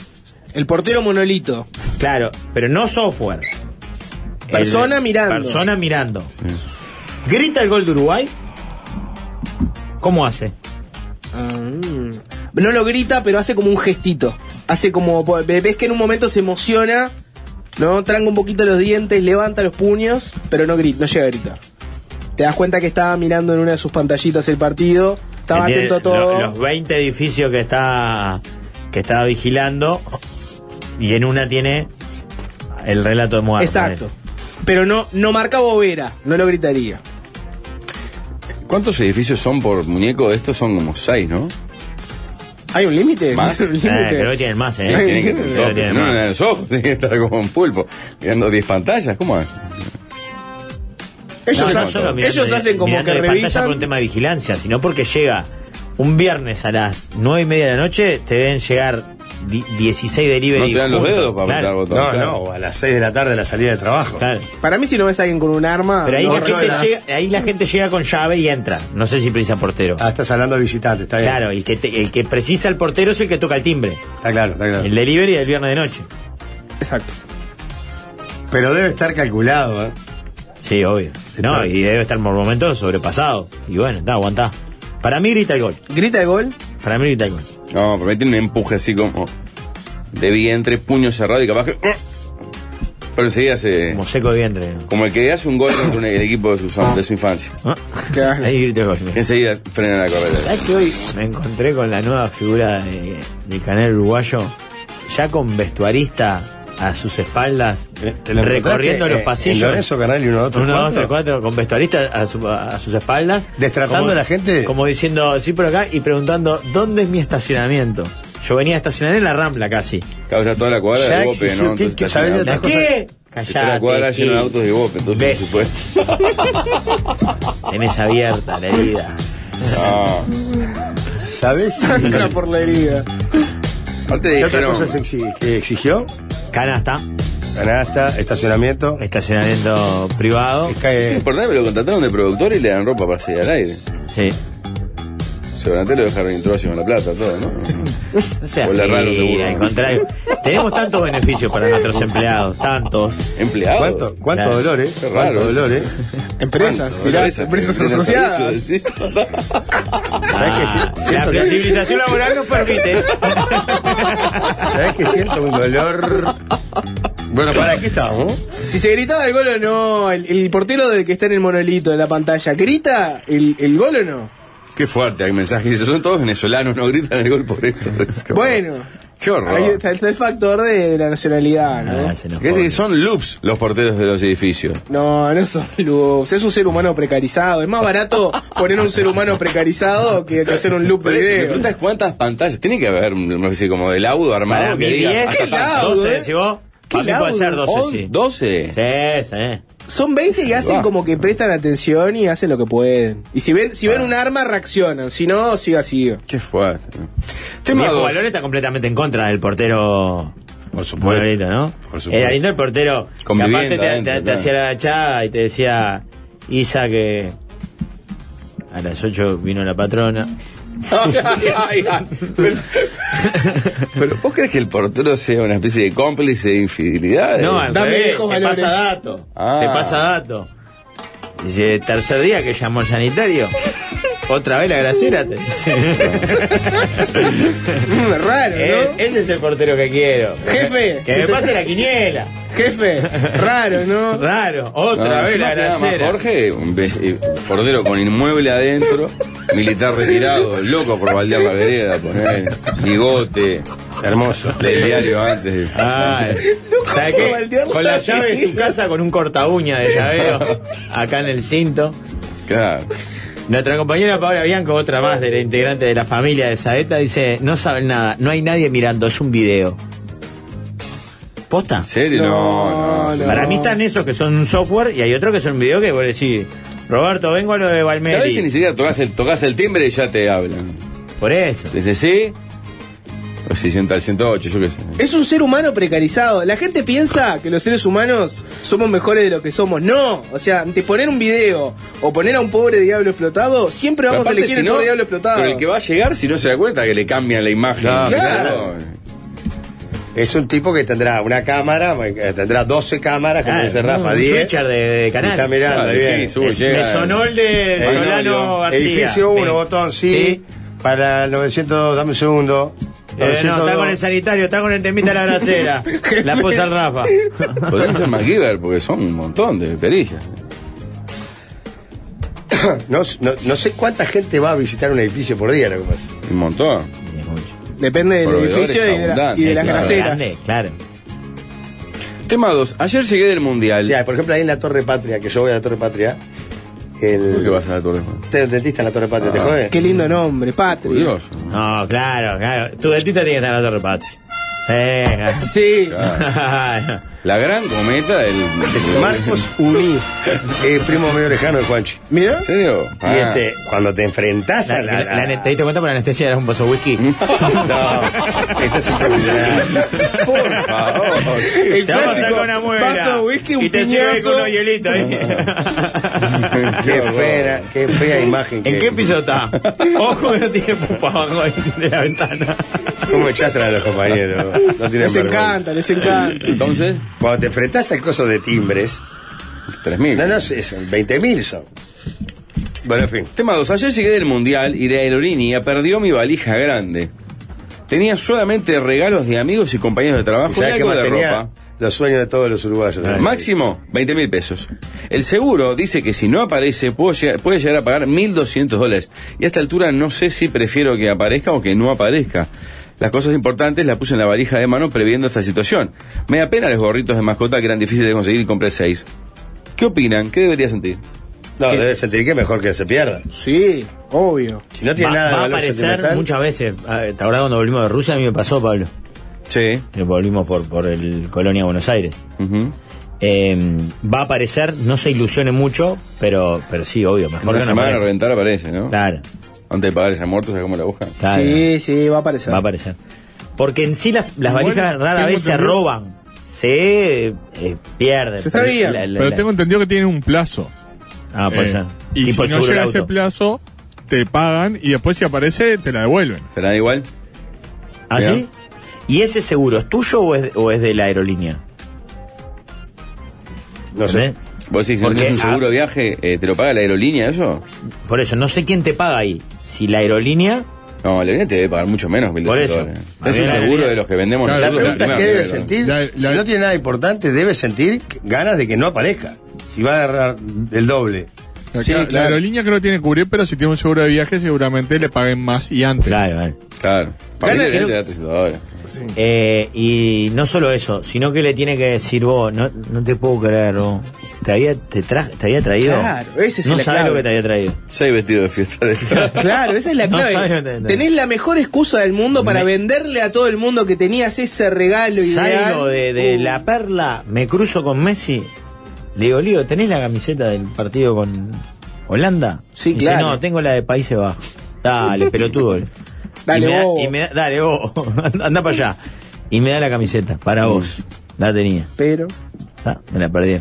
S3: El portero monolito.
S4: Claro, pero no software.
S3: Persona mirando.
S4: Persona mirando. ¿Grita el gol de Uruguay? ¿Cómo hace?
S3: No lo grita, pero hace como un gestito. Hace como. Ves que en un momento se emociona, ¿no? Tranca un poquito los dientes, levanta los puños, pero no grita, no llega a gritar. Te das cuenta que estaba mirando en una de sus pantallitas el partido, estaba
S4: Que tiene
S3: atento a todo.
S4: lo- Los 20 edificios que está, que está vigilando y en una tiene el relato de Eh, muerte.
S3: Exacto. Pero no, no marca bobera, no lo gritaría.
S1: ¿Cuántos edificios son por muñeco? Estos son como seis, ¿no?
S3: ¿Hay un límite?
S1: ¿Más?
S3: *laughs* ¿Hay un límite?
S4: Eh, creo que tienen más,
S1: Sí,
S4: ¿eh?
S1: tienen que
S4: Creo
S1: tener
S4: que
S1: todo,
S4: tienen
S1: si no,
S4: más.
S1: no eran los ojos, tienen que estar como un pulpo, mirando 10 pantallas, ¿cómo es?
S3: Ellos,
S4: No, no
S3: hacen-
S4: solo mirando-
S3: ellos hacen como
S4: mirando
S3: que
S4: de pantalla por
S3: revisan.
S4: un tema de vigilancia, sino porque llega un viernes a las 9 y media de la noche, te deben llegar di- 16
S1: No
S4: delivery.
S1: te dan los
S4: juntos.
S1: dedos para apretar el
S4: Claro,
S1: botón.
S2: No,
S1: claro.
S2: no, a las 6 de la tarde la salida de trabajo.
S4: claro.
S3: Para mí, si no ves a alguien con un arma.
S4: Pero ahí,
S3: no,
S4: la gente
S3: no,
S4: llega, ahí la gente llega con llave y entra. No sé si precisa portero.
S2: Ah, estás hablando de visitantes, está bien.
S4: Claro, el que, te- el que precisa el portero es el que toca el timbre.
S2: Está claro, está claro.
S4: El delivery del viernes de noche.
S3: Exacto.
S2: Pero debe estar calculado, ¿eh?
S4: Sí, obvio. No, y debe estar por momentos sobrepasado. Y bueno, está, aguantá. Para mí grita el gol.
S3: Grita de gol. *laughs*
S4: Para mí grita el gol.
S1: No, pero ahí tiene un empuje así como de vientre, puño cerrado y capaz que. ¡ah! Pero enseguida se.
S4: Como seco de vientre.
S1: Como el que hace un gol contra un- e-, el equipo de su, de su infancia.
S4: Ah,
S3: Claro.
S4: *laughs* Ahí grita el gol. mira.
S1: Enseguida frena la carrera.
S4: ¿Sabes que hoy me encontré con la nueva figura de- del canal uruguayo? Ya con vestuarista a sus espaldas,
S2: ¿Te lo
S4: recorriendo
S2: encontraste,
S4: los
S2: eh,
S4: pasillos.
S2: En Lorenzo Canal y uno, otro.
S4: Uno, dos,
S2: cuatro?
S4: tres, cuatro, con vestuaristas a, su- a sus espaldas.
S2: Destratando
S4: Como-
S2: a la gente.
S4: Como diciendo, sí, por acá, y preguntando, ¿dónde es mi estacionamiento? Yo venía a estacionar en la Rampla casi.
S1: Claro, ya toda la cuadra
S2: Ya
S1: de Bope,
S2: exigió,
S1: ¿no?
S2: ¿qué-
S1: Entonces
S2: qué
S1: está
S2: sabés de
S1: llena-
S2: otras cosas?
S4: ¿Qué?
S1: está la cuadra
S4: Callate.
S1: llena de
S4: Gil.
S1: autos de Bope, entonces
S4: Ve.
S1: por
S2: *laughs*
S1: supuesto.
S4: Tenés abierta la herida.
S1: No.
S2: ¿Sabes?
S3: Sangra por la herida.
S1: Aparte
S2: ¿Qué otra
S1: dijeron.
S2: cosa se exi- que exigió?
S4: Canasta,
S2: Canasta, estacionamiento.
S4: estacionamiento privado.
S1: Es
S2: Cae,
S1: importante, pero lo contrataron de productor y le dan ropa para salir al aire.
S4: Sí.
S1: Seguramente lo dejaron introducido con la plata, todo, *laughs* ¿no?
S4: No seas
S1: Hola, raro,
S4: así,
S1: seguro.
S4: al contrario. Tenemos tantos beneficios para
S2: *laughs*
S4: nuestros empleados, tantos.
S1: Empleado.
S2: ¿Cuánto, cuánto
S4: Claro.
S2: dolor, eh?
S1: Qué raro.
S2: ¿Cuánto dolor, eh?
S3: Empresas, tirás, empresas
S1: Tienen *laughs*
S3: asociadas.
S1: servicios, sí.
S4: Ah,
S2: que sí?
S4: la
S2: Siento que-
S4: flexibilización laboral
S2: *laughs*
S4: nos permite.
S2: ¿Sabes que siento un dolor? Bueno, ¿para qué estamos?
S3: Si se gritaba el gol o no, el, el portero del que está en el monolito de la pantalla, ¿grita el, el gol o no?
S1: Qué fuerte el mensaje. Dice, son todos venezolanos, no gritan el gol por eso. *laughs* Es como-
S3: Bueno,
S1: Qué horror.
S3: ahí está, está el factor de, de la nacionalidad, ¿no?
S4: Ah, se nos
S1: ¿Qué dice
S4: jode.
S1: que son loops los porteros de los edificios?
S3: No, no son loops. Es un ser humano precarizado. Es más barato poner un ser humano precarizado que, que hacer un loop de
S1: Pero es- me
S3: video.
S1: preguntas cuántas pantallas. Tiene que haber, no sé, como de laudo armado
S4: Para mí
S1: que diga. "Ah,
S4: 10,
S1: hasta
S3: ¿Qué
S1: tanto.
S3: laudo,
S4: 12,
S3: eh?
S4: decís vos.
S3: Qué
S4: Para mí puede
S3: laudo.
S4: ser 12, sí.
S1: 11, 12.
S4: Sí, eh. sí.
S3: Son 20 y hacen como que prestan atención y hacen lo que pueden. Y si ven, si ven un arma, reaccionan. Si no, siga, siga.
S1: Qué fuerte. Tema
S4: Diego
S1: dos.
S4: Valor está completamente en contra del portero.
S2: Por supuesto.
S4: Manolito, ¿no?
S2: Por supuesto.
S4: Era lindo el portero.
S1: Con
S4: que aparte
S1: vivienda
S4: te,
S1: adentro,
S4: te- te
S1: claro.
S4: hacía la agachada y te decía, Isa, que a las 8 vino la patrona.
S1: pero, pero vos crees que el portero sea una especie de cómplice de infidelidad?
S4: No, al
S3: Dame
S4: revés,
S3: viejos
S4: te
S3: valores.
S4: pasa dato.
S1: Eh, Ah.
S4: Te pasa dato. Dice, tercer día que llamó el sanitario. Otra vez la grasera. te dice.
S3: Mm, *clears throat* raro,
S4: Eh,
S3: ¿no?
S4: Ese es el portero que quiero.
S3: Jefe.
S4: Que me pase la quiniela.
S3: Jefe, raro, ¿no?
S4: Raro. Otra
S1: Ah,
S4: vez
S1: encima
S4: la
S1: que nada más
S4: grasera.
S1: Jorge, un ves- eh, portero con inmueble adentro, militar retirado, loco por baldear la vereda, poner bigote. Hermoso. El diario antes.
S4: *laughs* Ay, ¿sabes qué?
S3: baldear
S4: Con
S3: la
S4: la llave de su
S3: vida.
S4: casa, con un corta uña de llaveo, *laughs* acá en el cinto.
S1: Claro.
S4: Nuestra compañera Paola Bianco, otra más de la integrante de la familia de Saeta, dice, no saben nada, no hay nadie mirando, es un video. ¿Posta?
S1: ¿En serio? No, no.
S3: No,
S4: Para mí están esos que son un software y hay otros que son un video que vos decís, Roberto, vengo a lo de
S1: Sabés si ni
S4: Valmeri.
S1: siquiera tocas el, tocas el timbre y ya te hablan.
S4: Por eso.
S1: Dice, sí. O 600 al 108, yo qué sé.
S3: Es un ser humano precarizado. La gente piensa que los seres humanos somos mejores de lo que somos. No. O sea, ante poner un video o poner a un pobre diablo explotado, siempre vamos
S1: Aparte,
S3: a elegir
S1: si
S3: el
S1: no,
S3: pobre diablo explotado.
S1: Pero el que va a llegar, si no se da cuenta, que le cambian la imagen.
S2: Claro.
S1: Claro.
S2: Es un tipo que tendrá una cámara, eh, tendrá 12 cámaras, como
S4: Ah,
S2: dice Rafa,
S4: un
S2: 10.
S4: switcher de, de canal.
S2: Está mirando,
S1: Claro,
S2: ahí
S1: sí,
S2: bien.
S1: su- Uy,
S4: Es-
S1: llega
S4: me
S1: el-
S4: sonó el de
S1: el
S4: Solano
S1: novio.
S4: García.
S2: Edificio 1,
S4: Ven.
S2: botón, sí.
S4: Sí.
S2: Para el 900, dame un segundo.
S4: Eh, no,
S2: 902.
S4: está con el sanitario, está con el temita de
S3: *laughs*
S4: la bracera. la posa al Rafa.
S1: Podrían ser MacGyver porque son un montón de perillas.
S2: no, no, no sé cuánta gente va a visitar un edificio por día, lo que pasa.
S1: Un montón.
S3: Depende del
S1: Proveedores
S3: edificio y de, la-
S1: abundantes,
S3: *laughs* y de las
S1: claro.
S3: caseras.
S4: Grande, claro.
S1: Tema 2. Ayer llegué del
S2: O
S1: mundial.
S2: sea, por ejemplo, ahí en la Torre Patria, que yo voy a la Torre Patria,
S1: ¿Por
S2: el,
S1: qué vas a la torre?
S2: el dentista en la Torre Patria, ¿te
S3: *laughs*
S2: jode?
S3: Qué lindo nombre, Patria.
S1: Curioso.
S4: No, claro, claro. Tu dentista tiene que estar en otro repate.
S3: *laughs*
S4: Venga. *laughs*
S3: Sí.
S1: Claro. La gran cometa del. del-
S2: Marcos Uní, eh, primo medio lejano de Juanchi.
S3: Mirá.
S1: ¿En serio?
S2: Y este, cuando te enfrentás
S4: Ah. La-
S2: a la...
S4: la- la- ¿Te diste cuenta por la anestesia era un vaso de whisky?
S2: No, esto es un
S4: *laughs*
S2: criminal.
S1: Por
S2: *laughs*
S1: favor.
S3: El
S4: Te vamos a sacar
S3: clásico
S4: una muela.
S3: vaso de whisky, un
S4: y te sirve con
S3: piñazo.
S4: unos hielitos ahí.
S3: *laughs*
S2: Qué fea, qué fea imagen.
S4: ¿En
S2: que-
S4: qué piso está? Ojo que no tiene pupa abajo de la ventana.
S2: ¿Cómo echaste a los compañeros? No tienen
S3: Les
S2: vergüenza.
S3: encanta, les encanta.
S1: Entonces,
S2: Cuando te enfrentás al coso de timbres,
S1: 3.000.
S2: no, no, sé, son 20.000 son. Bueno, en fin.
S1: Tema 2. Ayer llegué del mundial y la aerolínea perdió mi valija grande. Tenía solamente regalos de amigos y compañeros de
S4: Ah,
S1: trabajo y
S2: ¿Sabes qué
S1: algo
S2: más
S1: de
S2: tenía?
S1: ropa.
S2: Los sueños de todos los uruguayos.
S1: Máximo 20 mil pesos. El seguro dice que si no aparece puedo llegar- puede llegar a pagar 1.200 dólares. Y a esta altura no sé si prefiero que aparezca o que no aparezca. Las cosas importantes las puse en la valija de mano previendo esta situación. Me da pena los gorritos de mascota que eran difíciles de conseguir y compré seis. ¿Qué opinan? ¿Qué debería sentir?
S2: No, debes sentir que es mejor que se pierda.
S3: Sí, obvio.
S2: Si no tiene
S4: Va,
S2: nada de
S4: va a
S2: valor
S4: aparecer
S2: sentimental,
S4: muchas veces. Ah, ¿Te acordás cuando volvimos de Rusia? A mí me pasó, Pablo.
S1: Sí.
S4: Que volvimos por, por el Colonia Buenos Aires.
S1: Ujú.
S4: Eh, va a aparecer, no se ilusione mucho, pero, pero sí, obvio.
S1: En
S4: Mejor
S1: una
S4: que no
S1: semana a
S4: aparezca.
S1: reventar aparece, ¿no?
S4: Claro,
S1: Antes de pagar esa muerte, ¿sabes cómo la buscan?
S4: claro.
S3: Sí, sí, va a aparecer.
S4: Va a aparecer. Porque en sí las, las
S5: Bueno,
S4: valijas rara
S5: tengo
S4: vez se
S5: entendido-
S4: roban. Se eh, pierden.
S3: Se extravían.
S4: La- la-
S5: Pero
S4: la-
S5: tengo entendido que tiene un plazo.
S4: Ah, puede
S5: Eh,
S4: ser.
S5: Y
S4: Tipo
S5: si
S4: el
S5: no
S4: seguro
S5: llega
S4: del
S5: ese
S4: auto.
S5: plazo, te pagan y después si aparece, te la devuelven.
S1: ¿Será igual?
S4: ¿Ah, sí? ¿Y ese seguro es tuyo o es, o es de la aerolínea?
S2: No sé.
S4: ¿Entendés?
S1: Vos decís, si
S4: Porque,
S1: tenés un seguro
S4: ah,
S1: de viaje, eh, ¿te lo paga la aerolínea eso?
S4: Por eso, no sé quién te paga ahí. Si la aerolínea.
S1: No, la aerolínea te debe pagar mucho menos, 1.200
S4: Por eso.
S1: dólares.
S4: A
S1: Es un
S4: ver,
S1: seguro
S4: la aerolínea-
S1: de los que vendemos
S5: Claro,
S2: La
S1: nosotros.
S2: pregunta es
S1: primera
S2: qué debe
S1: vez, ¿no?
S2: sentir.
S5: La- la-
S2: si no tiene nada importante, debe sentir ganas de que no aparezca. Si va a agarrar el doble.
S5: La,
S2: Sí,
S5: la
S2: claro.
S5: aerolínea creo que tiene que cubrir, pero si tiene un seguro de viaje, seguramente le paguen más y antes.
S4: Claro, eh. vale.
S1: Claro. Para mí
S4: Gana,
S1: la aerolínea
S4: creo-
S1: te da 300 dólares.
S4: Eh, y no solo eso, sino que le tiene que decir vos, no, no te puedo creer, vos. Te había, te tra- te había traído.
S3: Claro, ese es
S4: No
S3: el
S4: sabés
S3: clave.
S4: lo que te había traído.
S1: Seis vestidos de fiesta *laughs* de
S3: Claro, esa es la
S4: *laughs* No
S3: clave.
S4: sabes lo que tenés.
S3: Tenés la mejor excusa del mundo para
S4: Me-
S3: venderle a todo el mundo que tenías ese regalo ideal.
S4: Salgo de, de
S3: Uh,
S4: la perla, me cruzo con Messi. Le digo, Lío, ¿tenés la camiseta del partido con Holanda?
S3: Sí,
S4: Y dice,
S3: claro.
S4: no, tengo la de Países Bajos. Dale,
S3: *laughs*
S4: pelotudo.
S3: Dale,
S4: y me da-
S3: bobo.
S4: y me da- dale, vos. *laughs* Andá para allá. Y me da la camiseta, para
S3: Mm.
S4: vos. La tenía.
S3: Pero.
S4: Ah, me la perdí.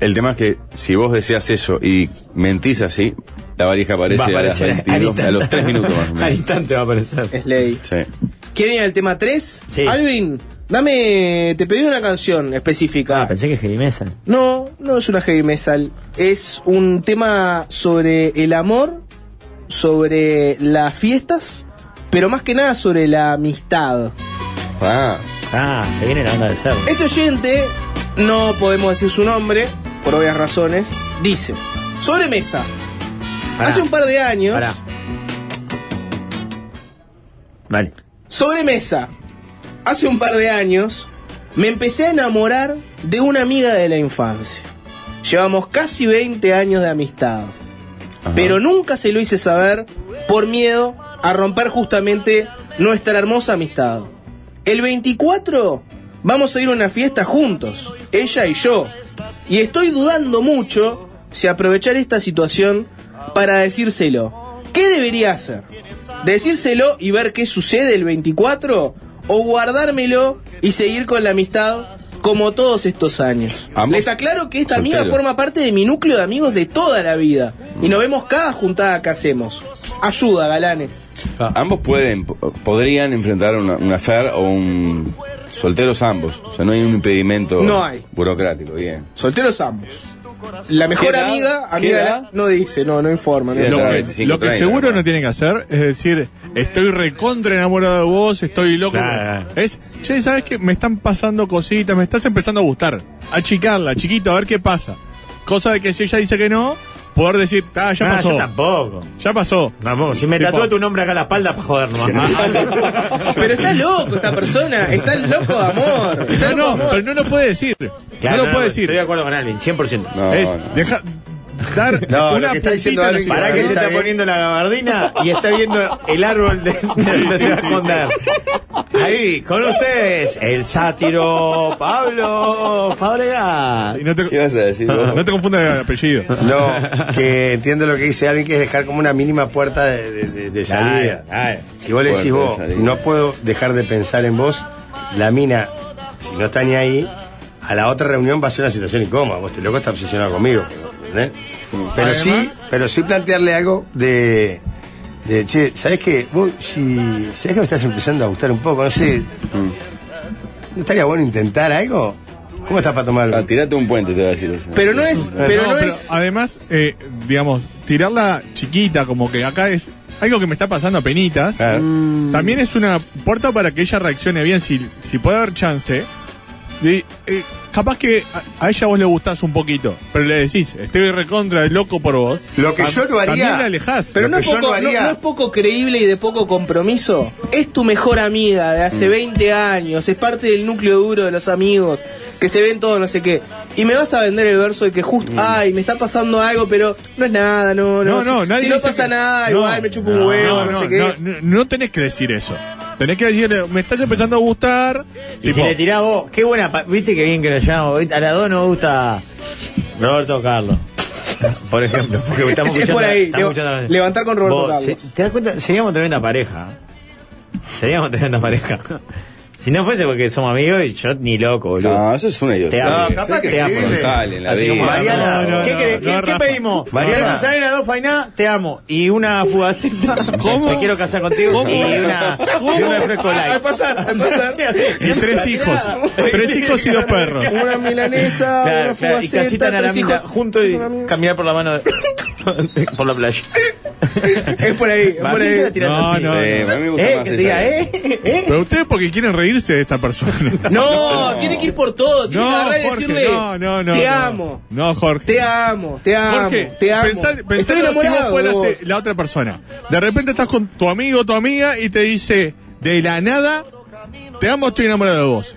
S1: El tema es que si vos deseas eso y mentís así, la valija aparece
S4: Va a
S1: a, las
S4: aparecer al
S1: 22, a
S4: instante.
S1: los 3 minutos
S4: *laughs*
S1: más o
S4: Al
S1: menos.
S4: instante va a aparecer.
S3: Es ley.
S1: Sí.
S3: ¿Quieren ir al tema 3?
S4: Sí.
S3: Alvin, dame. Te pedí una canción específica.
S4: Ah, pensé que es Jiménez.
S3: no, no es una heavy metal. Es un tema sobre el amor, sobre las fiestas, pero más que nada sobre la amistad.
S1: Ah,
S4: Ah, se viene la onda de ser.
S3: Este oyente, no podemos decir su nombre, por obvias razones, dice, sobremesa,
S4: Pará,
S3: hace un par de años,
S4: pará. Vale.
S3: sobremesa, hace un par de años, me empecé a enamorar de una amiga de la infancia. Llevamos casi 20 años de amistad, pero nunca se lo hice saber por miedo a romper justamente nuestra hermosa amistad. El 24 vamos a ir a una fiesta juntos, ella y yo. Y estoy dudando mucho si aprovechar esta situación para decírselo. ¿Qué debería hacer? ¿Decírselo y ver qué sucede el 24? ¿O guardármelo y seguir con la amistad como todos estos años?
S1: Ambos
S3: Les aclaro que esta amiga
S1: solteros.
S3: forma parte de mi núcleo de amigos de toda la vida. Y nos vemos cada juntada que hacemos. Ayuda, galanes.
S1: Ambos pueden, po- podrían enfrentar una, una affair o un. Solteros ambos. O sea, no hay un impedimento
S3: No hay.
S1: burocrático, bien.
S3: Solteros ambos. La mejor
S1: ¿Qué edad?
S3: amiga,
S1: ¿Qué
S3: amiga,
S1: edad?
S3: no dice, no, no informa. no
S1: Bien,
S5: Lo
S3: informa.
S1: está,
S5: que,
S1: 25,
S5: lo que
S1: 30,
S5: seguro
S1: ¿no?
S5: no tiene que hacer es decir, estoy recontra enamorado de vos, estoy loco.
S4: Claro.
S5: Es, che, ¿sabes qué? Me están pasando cositas, me estás empezando a gustar. Achicarla, chiquito, a ver qué pasa. Cosa de que si ella dice que no, poder decir, ah, ya
S4: Ah,
S5: pasó.
S4: yo tampoco.
S5: Ya pasó.
S4: Vamos, si me
S5: Tipo-
S4: tatué tu nombre acá en la espalda para joder nomás. Ah,
S3: Pero está loco esta persona, está loco de amor. Está
S5: *laughs*
S3: loco de
S5: No, no,
S3: amor.
S5: pero no lo puede decir.
S4: Claro,
S5: no lo puede decir.
S4: Estoy de acuerdo con Alvin, 100%.
S1: No,
S5: Es,
S1: no.
S5: deja, dar
S2: No, lo
S5: una
S2: que está
S5: puntita
S2: diciendo
S5: en el
S2: Alex
S5: culo.
S4: Pará que se
S2: Está
S4: está
S2: bien.
S4: poniendo la gabardina y está viendo el árbol de, de donde se va a esconder. Ahí, con ustedes, el sátiro Pablo Fábrega.
S5: Y no
S1: ¿Qué
S5: te,
S1: vas a decir vos?
S3: *laughs*
S5: no te confundas el apellido.
S2: No, que entiendo lo que dice alguien que es dejar como una mínima puerta de, de- de- de salida.
S4: Claro, claro.
S2: Si vos le decís
S1: Puerta de
S2: vos,
S1: salida.
S2: no puedo dejar de pensar en vos, la mina, si no está ni ahí, a la otra reunión va a ser una situación incómoda. Vos, este loco está obsesionado conmigo. ¿entendés? Pero sí,
S5: Además-
S2: pero sí plantearle algo de. de, che, ¿sabés qué? Vos, si. ¿Sabés que me estás empezando a gustar un poco? No sé. ¿No estaría bueno intentar algo? ¿Cómo estás para tomar
S1: Ah,
S2: algo?
S1: tirate un puente, te voy a decir eso.
S3: Pero no es, pero no,
S5: No, pero
S3: es.
S5: Además, eh, digamos, tirarla chiquita, como que acá es algo que me está pasando a penitas.
S1: Claro.
S3: Mm.
S5: También es una puerta para que ella reaccione bien, si, si puede haber chance. de- eh, capaz que a, a ella vos le gustás un poquito, pero le decís, estoy recontra loco por vos.
S2: Lo que
S5: Tam-
S2: yo no haría-
S5: También la alejás.
S3: Pero
S2: Lo
S3: no
S2: que
S3: es,
S2: yo
S3: poco,
S2: no haría-
S3: no- no es poco creíble y de poco compromiso. Es tu mejor amiga de hace 20 años, es parte del núcleo duro de los amigos, que se ven todo no sé qué. Y me vas a vender el verso de que justo, ay, me está pasando algo, pero no es nada, no, no.
S5: No, no,
S3: si,
S5: nadie
S3: si no
S5: dice
S3: pasa
S5: que-
S3: nada,
S5: no,
S3: igual me chupo un huevo, no, sé qué.
S5: no, no- no tenés que decir eso. Tenés que decir, me estás empezando a gustar.
S4: Y si
S5: tipo,
S4: le tirás vos, qué buena. pa- Viste que bien que lo llamo. A las dos nos gusta Roberto Carlos. Por ejemplo, porque estamos
S3: Sí, es
S4: escuchando-
S3: por ahí,
S4: estamos
S3: leva-
S4: escuchando-
S3: levantar con Roberto Carlos.
S4: se- ¿Te das cuenta? Seríamos tremenda pareja. ¿eh? Seríamos tremenda pareja. Si no fuese porque somos amigos y yo ni loco, boludo.
S1: No, eso es una idiota.
S4: Te amo.
S1: Sé
S2: capaz
S1: que
S2: que
S1: es
S2: sí.
S1: frontal en la
S4: Así
S1: vida.
S4: como, Mariana,
S2: No, no,
S4: ¿qué,
S5: no,
S4: querés?
S5: no,
S4: ¿Qué-
S5: Rafa.
S4: qué pedimos?
S2: Mariana.
S4: Mariana, salir a dos fainá, te amo. Y una fugaceta,
S5: ¿Cómo?
S4: me quiero casar contigo.
S5: ¿Cómo?
S4: Y una, y una fresco light.
S3: Ah, Al pasar, al pasar.
S5: *laughs* Y tres hijos. tres hijos y dos perros.
S3: Una milanesa,
S4: *laughs* Claro,
S3: una
S4: claro, y
S3: fugaceta,
S4: casita
S3: tres
S4: naranjita,
S3: hijos.
S4: juntos y
S3: Es una-
S4: caminar por la mano de-
S3: *laughs*
S4: por la playa.
S3: Es por ahí, es
S4: Va,
S3: por
S4: ¿qué se la
S3: ahí.
S4: tirás
S5: No,
S4: así?
S5: no,
S1: Sí, a mí me gusta
S4: Eh,
S1: más esa.
S4: que te diga, eh, eh.
S5: Pero ustedes porque quieren reírse de
S3: *laughs*
S5: esta persona.
S3: No, tiene que ir por todo, tiene que agarrar y
S5: Jorge,
S3: decirle,
S5: no, no, no,
S3: te
S5: no.
S3: amo.
S5: No, Jorge.
S3: Te amo, te amo,
S5: Jorge,
S3: te amo.
S5: pensá- pensá
S3: Estoy
S5: lo que vos
S3: enamorado. de
S5: fueras,
S3: vos.
S5: eh, la otra persona. De repente estás con tu amigo o tu amiga y te dice, de la nada, te amo, estoy enamorado de vos.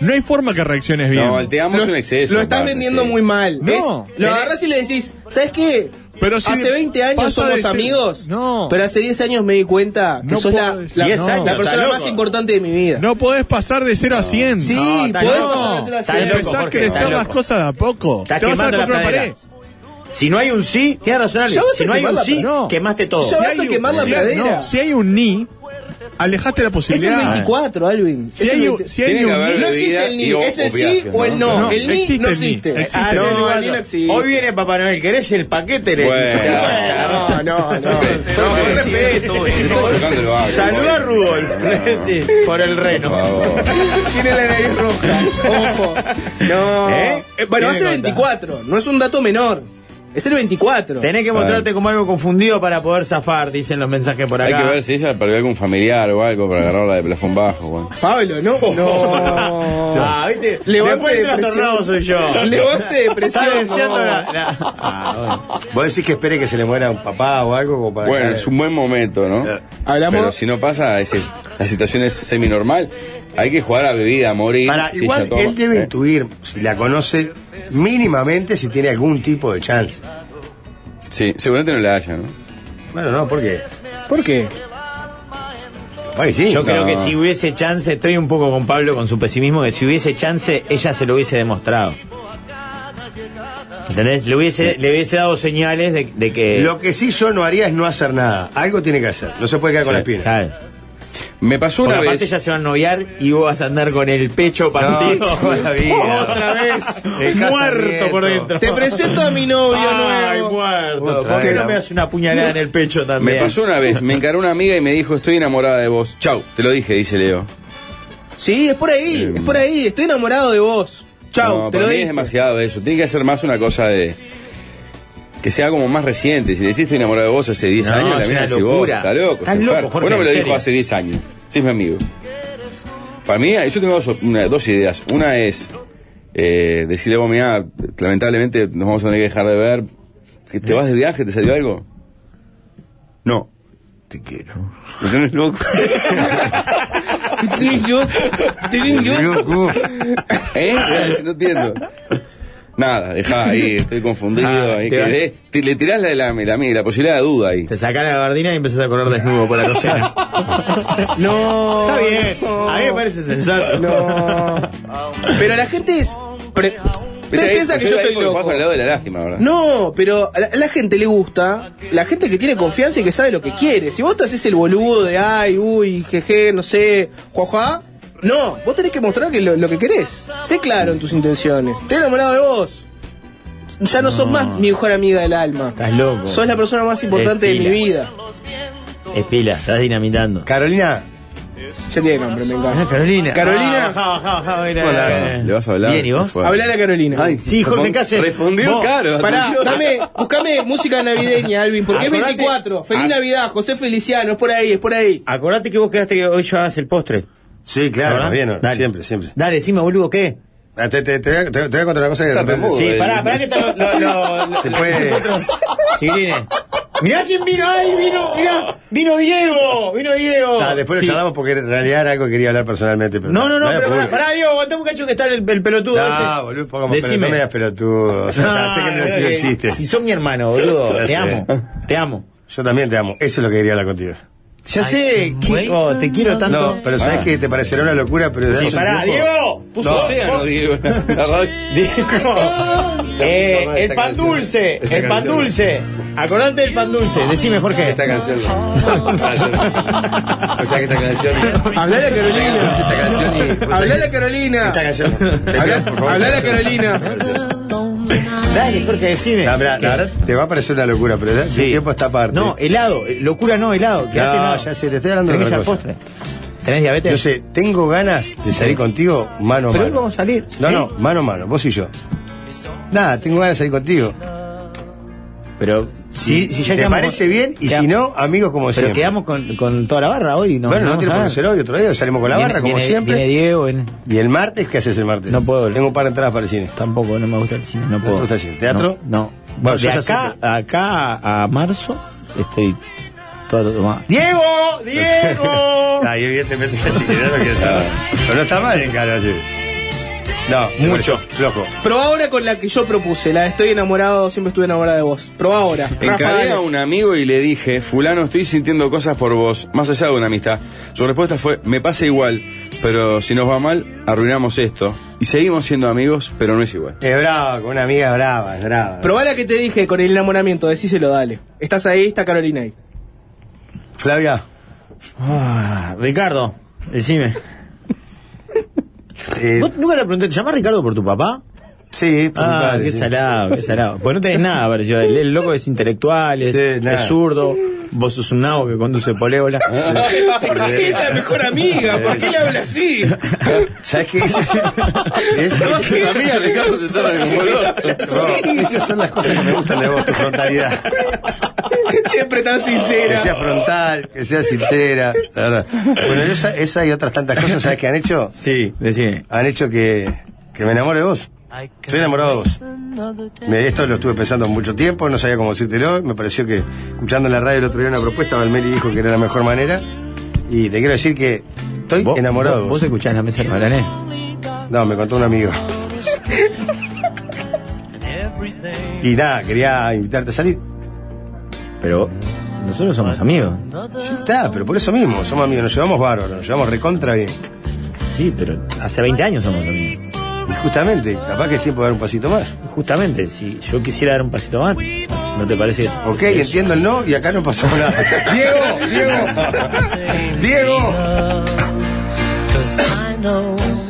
S5: No hay forma que reacciones bien.
S1: No, el te amo es un exceso.
S3: Lo estás
S1: aparte,
S3: vendiendo
S1: sí.
S3: muy mal. ¿ves?
S5: No.
S3: Lo agarras y le decís, ¿sabes qué?
S5: Pero si
S3: hace 20 años
S5: pasa
S3: somos
S5: de ser-
S3: amigos,
S5: no.
S3: pero hace 10 años me di cuenta que
S5: No
S3: sos la,
S5: puedo decir-
S3: la-
S5: 10
S3: la
S5: años,
S3: persona
S4: está
S3: más
S4: loco.
S3: importante de mi vida.
S5: No podés pasar de 0 a 100.
S3: Sí,
S4: No, está
S3: podés
S4: loco.
S3: pasar de cero a
S4: Está
S3: cien.
S4: loco,
S5: Empezá a
S4: Jorge,
S5: crecer
S4: está
S5: las
S4: loco.
S5: cosas de a poco.
S4: Estás
S5: te vas a
S4: quemando la
S5: comprar una pared.
S4: pradera. Si no hay un sí, tienes razón, Alex.
S3: Ya vas a
S4: Si no hay
S3: quemar
S4: un
S3: la-
S4: sí,
S5: no.
S4: quemaste todo.
S3: Ya vas a
S5: hay
S3: quemar
S5: un-
S3: la
S5: si hay-
S3: pradera.
S5: no, si hay un ni, alejaste la
S3: es el
S5: posibilidad.
S3: 24, Alvin.
S5: Si
S3: es el
S5: hay, un-
S3: 20.
S5: si hay
S1: Tiene que
S5: un
S1: haber
S5: ni-
S3: no existe el
S1: y
S3: ni.
S1: o-
S3: ¿Es el
S1: o
S3: sí
S1: viajes,
S3: o el no?
S5: No,
S3: el ni
S5: existe
S3: no
S5: el ni,
S3: existe.
S5: existe
S3: Ah,
S5: el
S3: no,
S5: ni.
S3: el ni no existe.
S4: Hoy viene Papá Noel, ¿querés el paquete? Le
S1: Bueno.
S4: decís.
S3: No,
S5: *laughs*
S3: no, no.
S4: *laughs*
S1: Jorge, Está chocando el barrio.
S4: Saluda a Rudolf. *laughs* le decís, por el
S1: Por
S4: reno.
S1: favor.
S3: Tiene la nariz roja. Ojo. No.
S4: ¿Eh?
S3: Eh, Bueno, va a ser el
S4: Tiene que
S3: 24. No es un dato menor. Es el 24.
S4: Tenés que mostrarte como algo confundido para poder zafar, dicen los mensajes por
S1: Hay
S4: acá.
S1: que ver si ella perdió algún familiar o algo para agarrarla de plafón bajo. bueno.
S3: Pablo,
S4: *laughs*
S3: no.
S2: *laughs*
S3: No.
S4: Ah, ¿viste?
S3: Levante
S4: Después el
S3: depresión.
S4: trastornado soy yo.
S3: Levante depresión.
S4: Está deseando
S3: no.
S4: la- la- Ah, bueno.
S2: Vos decís que espere que se le muera un papá o algo como para.
S1: Bueno, es un buen momento, ¿no?
S2: Eh,
S3: hablamos-
S1: Pero si no pasa, ese- la situación es semi-normal. Hay que jugar a bebida, a morir.
S2: Para,
S1: si
S2: igual
S1: ella toma,
S2: él debe
S1: ¿eh?
S2: intuir, si la conoce mínimamente, si tiene algún tipo de chance.
S1: Sí, seguramente no la haya, ¿no?
S2: Bueno, no, porque.
S3: ¿Por qué?
S2: capaz que sí.
S4: Yo
S1: No.
S4: creo que si hubiese chance, estoy un poco con Pablo con su pesimismo, que si hubiese chance, ella se lo hubiese demostrado. ¿Entendés? Le hubiese, le hubiese dado señales de, de que.
S2: Lo que sí yo no haría es no hacer nada. Algo tiene que hacer. No se puede quedar con la espina.
S4: Claro.
S1: Me pasó una
S4: Porque aparte
S1: vez.
S4: ya se van a noviar y vos vas a andar con el pecho partido.
S2: todavía.
S3: Otra vez.
S2: El
S4: muerto por
S2: casamiento.
S4: dentro.
S3: Te presento a mi novio
S4: Ay,
S3: nuevo.
S4: muerto.
S2: Otra
S4: ¿Por qué
S2: vez.
S4: no me das una puñalada en el pecho
S1: Me
S4: también?
S1: pasó una vez, me encaró una amiga y me dijo, estoy enamorada de vos. Chau, te lo dije, dice Leo.
S3: Sí, es por ahí, es por ahí. Estoy enamorado de vos. Chau,
S1: No,
S3: te
S1: para
S3: lo
S1: mí
S3: dije.
S1: es demasiado eso. Tiene que ser más una cosa de. Que sea como más reciente. Si le decís estoy enamorado de vos hace 10
S4: No,
S1: años,
S4: es
S1: la mina
S4: una
S1: dice vos.
S4: locura.
S1: Está loco. está
S4: Estás loco,
S1: enfermo".
S4: Jorge,
S1: Bueno, me lo
S4: en
S1: dijo
S4: serio.
S1: hace 10 años. Sí, es mi amigo. Para mí, yo tengo dos, una- dos ideas. Una es eh, decirle, vos, mira, lamentablemente nos vamos a tener que dejar de ver. ¿Que ¿Te vas de viaje? ¿Te salió algo? No.
S4: Te quiero.
S1: Porque no es loco.
S3: *laughs*
S2: Loco.
S1: ¿Eh? No entiendo. Nada, dejá ahí, estoy confundido.
S4: Ah,
S1: ahí,
S4: te
S1: que
S4: va-
S1: le, te- le tirás la, la, la, la posibilidad de duda ahí.
S4: Te sacás la gabardina y empezás a correr desnudo por la cocina.
S3: No.
S4: Está bien. A mí me parece sensato. *laughs*
S3: No. Pero la gente es. pre-
S1: Viste,
S3: Ustedes
S1: ahí,
S3: piensan que yo
S1: ahí
S3: estoy
S1: porque vas
S3: loco.
S1: por el lado de la lástima, ¿verdad?
S3: No, pero a la, a la gente le gusta, la gente que tiene confianza y que sabe lo que quiere. Si vos te haces el boludo de ay, uy, jeje, no sé, juajá, no, vos tenés que mostrar que lo, lo que querés. Sé claro en tus intenciones. Te he enamorado de vos. Ya no, sos más mi mejor amiga del alma.
S4: Estás loco.
S3: Sos la persona más importante de mi
S4: Estila.
S3: vida.
S4: Es pila, estás dinamitando.
S2: Carolina,
S3: Ya tiene nombre, me
S4: Ah,
S3: encanta.
S4: Carolina.
S3: Carolina.
S4: Ah, bajá, bajá, bajá, mira,
S1: Hola,
S4: eh.
S1: ¿Le vas a hablar?
S4: Bien, ¿y vos?
S1: Fue-
S3: Hablale a Carolina.
S1: Ay,
S4: Sí, Jorge Cáceres.
S1: Respondió
S4: Vos,
S1: caro.
S3: Pará,
S1: atención.
S3: dame, buscame música navideña, Alvin, porque es
S4: Acordate- Ah.
S3: 24. Feliz
S4: Ac-
S3: Navidad, José Feliciano, es por ahí, es por ahí.
S4: Acordate que vos quedaste que hoy yo hagas el postre.
S2: Sí,
S4: ¿verdad?
S2: claro, bien,
S4: Dale.
S2: siempre, siempre.
S4: Dale, decime, boludo, ¿qué?
S2: Ah, Te, te- te voy a, te- te voy a contar una cosa que de repente-
S1: Tartamudo.
S4: Sí,
S1: Joder.
S4: pará, pará que está lo, lo, lo- lo-
S2: Te puede-
S4: nosotros. Chiquilines. Mirá quién vino, ay, vino, mirá, vino Diego, vino Diego.
S2: Ah, después
S4: Sí.
S2: lo charlamos porque en realidad era algo que quería hablar personalmente. Pero
S4: No, no, no,
S2: hay
S4: pero pará,
S2: apuro.
S4: pará, Diego, aguantame un cacho que está el, el pelotudo.
S2: No,
S4: ese.
S2: boludo, un poco más
S4: Decime.
S2: pelotudo, no me digas pelotudo. O sea,
S4: Ah,
S2: sé que no
S4: boludo,
S2: es un
S4: que-
S2: chiste.
S4: Si sos mi hermano, boludo,
S2: Ya
S4: te
S2: sé.
S4: amo, te amo.
S2: Yo también te amo. Eso es lo que quería hablar contigo.
S4: Ya sé, que- oh, te quiero tanto. Ah.
S2: No, pero sabes que te parecerá una locura, pero
S4: Sí,
S2: hace un
S4: pará,
S2: tiempo-
S4: Diego.
S1: Puso
S4: Vos-
S1: océano, Diego.
S4: *laughs*
S1: La radio-
S4: Diego. Eh,
S2: Esta
S4: el pan
S2: canción.
S4: dulce,
S2: Esta
S4: el pan
S2: canción.
S4: dulce. Acordate del pan dulce, decime, Jorge.
S2: Esta canción.
S4: Ah.
S2: o sea que esta canción.
S3: Hablale a Carolina.
S2: Esta canción y.
S3: Hablale a Carolina.
S2: Esta canción. Te pido, por favor,
S3: Hablale a
S2: esta canción.
S3: Carolina.
S4: *laughs* Dale, Jorge, decime.
S2: No, mirá, la verdad te va a parecer una locura, pero de hace
S4: Sí.
S2: un tiempo está aparte.
S4: No, helado. eh, Locura no, helado. Quedate
S2: No,
S4: helado.
S2: ya sé, te estoy hablando
S4: Tenés
S2: de
S4: que
S2: otra
S4: llevar postre. ¿Tenés diabetes?
S2: Yo sé, tengo ganas de salir contigo mano a mano.
S4: Pero hoy vamos a salir.
S2: No,
S4: ¿eh? Ah,
S2: no, mano a mano, vos y yo. Nada, tengo ganas de salir contigo.
S4: Pero si, si, ya
S2: te
S4: quedamos
S2: parece
S4: con-
S2: bien y
S4: queda-
S2: si no, amigos como
S4: Pero
S2: siempre.
S4: quedamos con, con toda la barra hoy. No,
S2: bueno, no
S4: vamos
S2: tiene
S4: a
S2: por qué
S4: ver.
S2: ser hoy, otro día salimos con la
S4: Viene-
S2: barra como
S4: viene-
S2: siempre.
S4: Viene Diego, en-
S2: Y el martes, ¿qué haces el martes?
S4: No puedo.
S2: Tengo un par de entradas para el cine.
S4: tampoco, no me gusta el cine. No puedo.
S2: te gusta el cine? ¿Teatro?
S4: No. no.
S2: Bueno,
S4: de
S2: yo ya
S4: acá,
S2: sé
S4: acá a marzo estoy todo lo tomado. ¡Diego! *laughs* ¡Diego!
S2: Ay, evidentemente está chiquitado, no quiere saber. Pero no está mal en cara, oye. No, mucho, flojo.
S3: Probá ahora con la que yo propuse, la de estoy enamorado, siempre estuve enamorada de vos. Probá ahora. Rafa,
S1: Encaré
S3: dale.
S1: a un amigo y le dije, fulano, estoy sintiendo cosas por vos, más allá de una amistad. Su respuesta fue, me pasa igual, pero si nos va mal, arruinamos esto. Y seguimos siendo amigos, pero no es igual.
S2: Es brava, con una amiga brava, es brava.
S3: Probá la que te dije con el enamoramiento, decíselo, dale. Estás ahí, está Carolina ahí.
S2: Flavia,
S4: Ah, Ricardo, decime.
S2: eh,
S4: ¿Vos nunca le pregunté, ¿te llamás Ricardo por tu papá?
S2: sí,
S4: Ah,
S2: preguntale,
S4: qué
S2: sí.
S4: salado, qué salado. Pues no tenés nada parecido. a él. El, loco es intelectual, es,
S2: Sí, nada.
S4: es zurdo. Vos sos un nabo que conduce polébola.
S3: ¿Por qué es la mejor amiga? ¿Por qué le habla así?
S2: ¿Sabes qué? Ese
S4: *laughs*
S2: *laughs* es el- es-
S1: Tus amigas, Ricardo, te tratan
S3: *laughs*
S1: como loco.
S2: no, Esas son las cosas que me gustan de vos, tu frontalidad.
S3: Siempre tan
S2: Que sea
S3: sincera.
S2: frontal, que sea sincera, la verdad. Bueno, yo esa, esa y otras tantas cosas, ¿sabes qué han hecho?
S4: Sí, decime.
S2: Han hecho que, que me enamore de vos. Estoy enamorado de vos. Me- Esto lo estuve pensando mucho tiempo, no sabía cómo decírtelo. Me pareció que, escuchando en la radio el otro día una propuesta, Valmeri dijo que era la mejor manera. Y te quiero decir que estoy
S4: ¿Vos-
S2: enamorado de
S4: ¿Vos,
S2: vos.
S4: vos escuchás la mesa de Maranés?
S2: No, me contó un amigo. y nada, quería invitarte a salir.
S4: Pero nosotros somos amigos.
S2: Sí, está, pero por eso mismo, somos amigos, nos llevamos bárbaros, nos llevamos recontra bien.
S4: Sí, pero hace 20 años somos amigos.
S2: Y justamente, capaz que es tiempo de dar un pasito más.
S4: Justamente, si yo quisiera dar un pasito más, ¿no te parece? que-
S2: Ok, entiendo el no y acá no pasó nada. Diego, Diego, Diego.
S10: Cause I know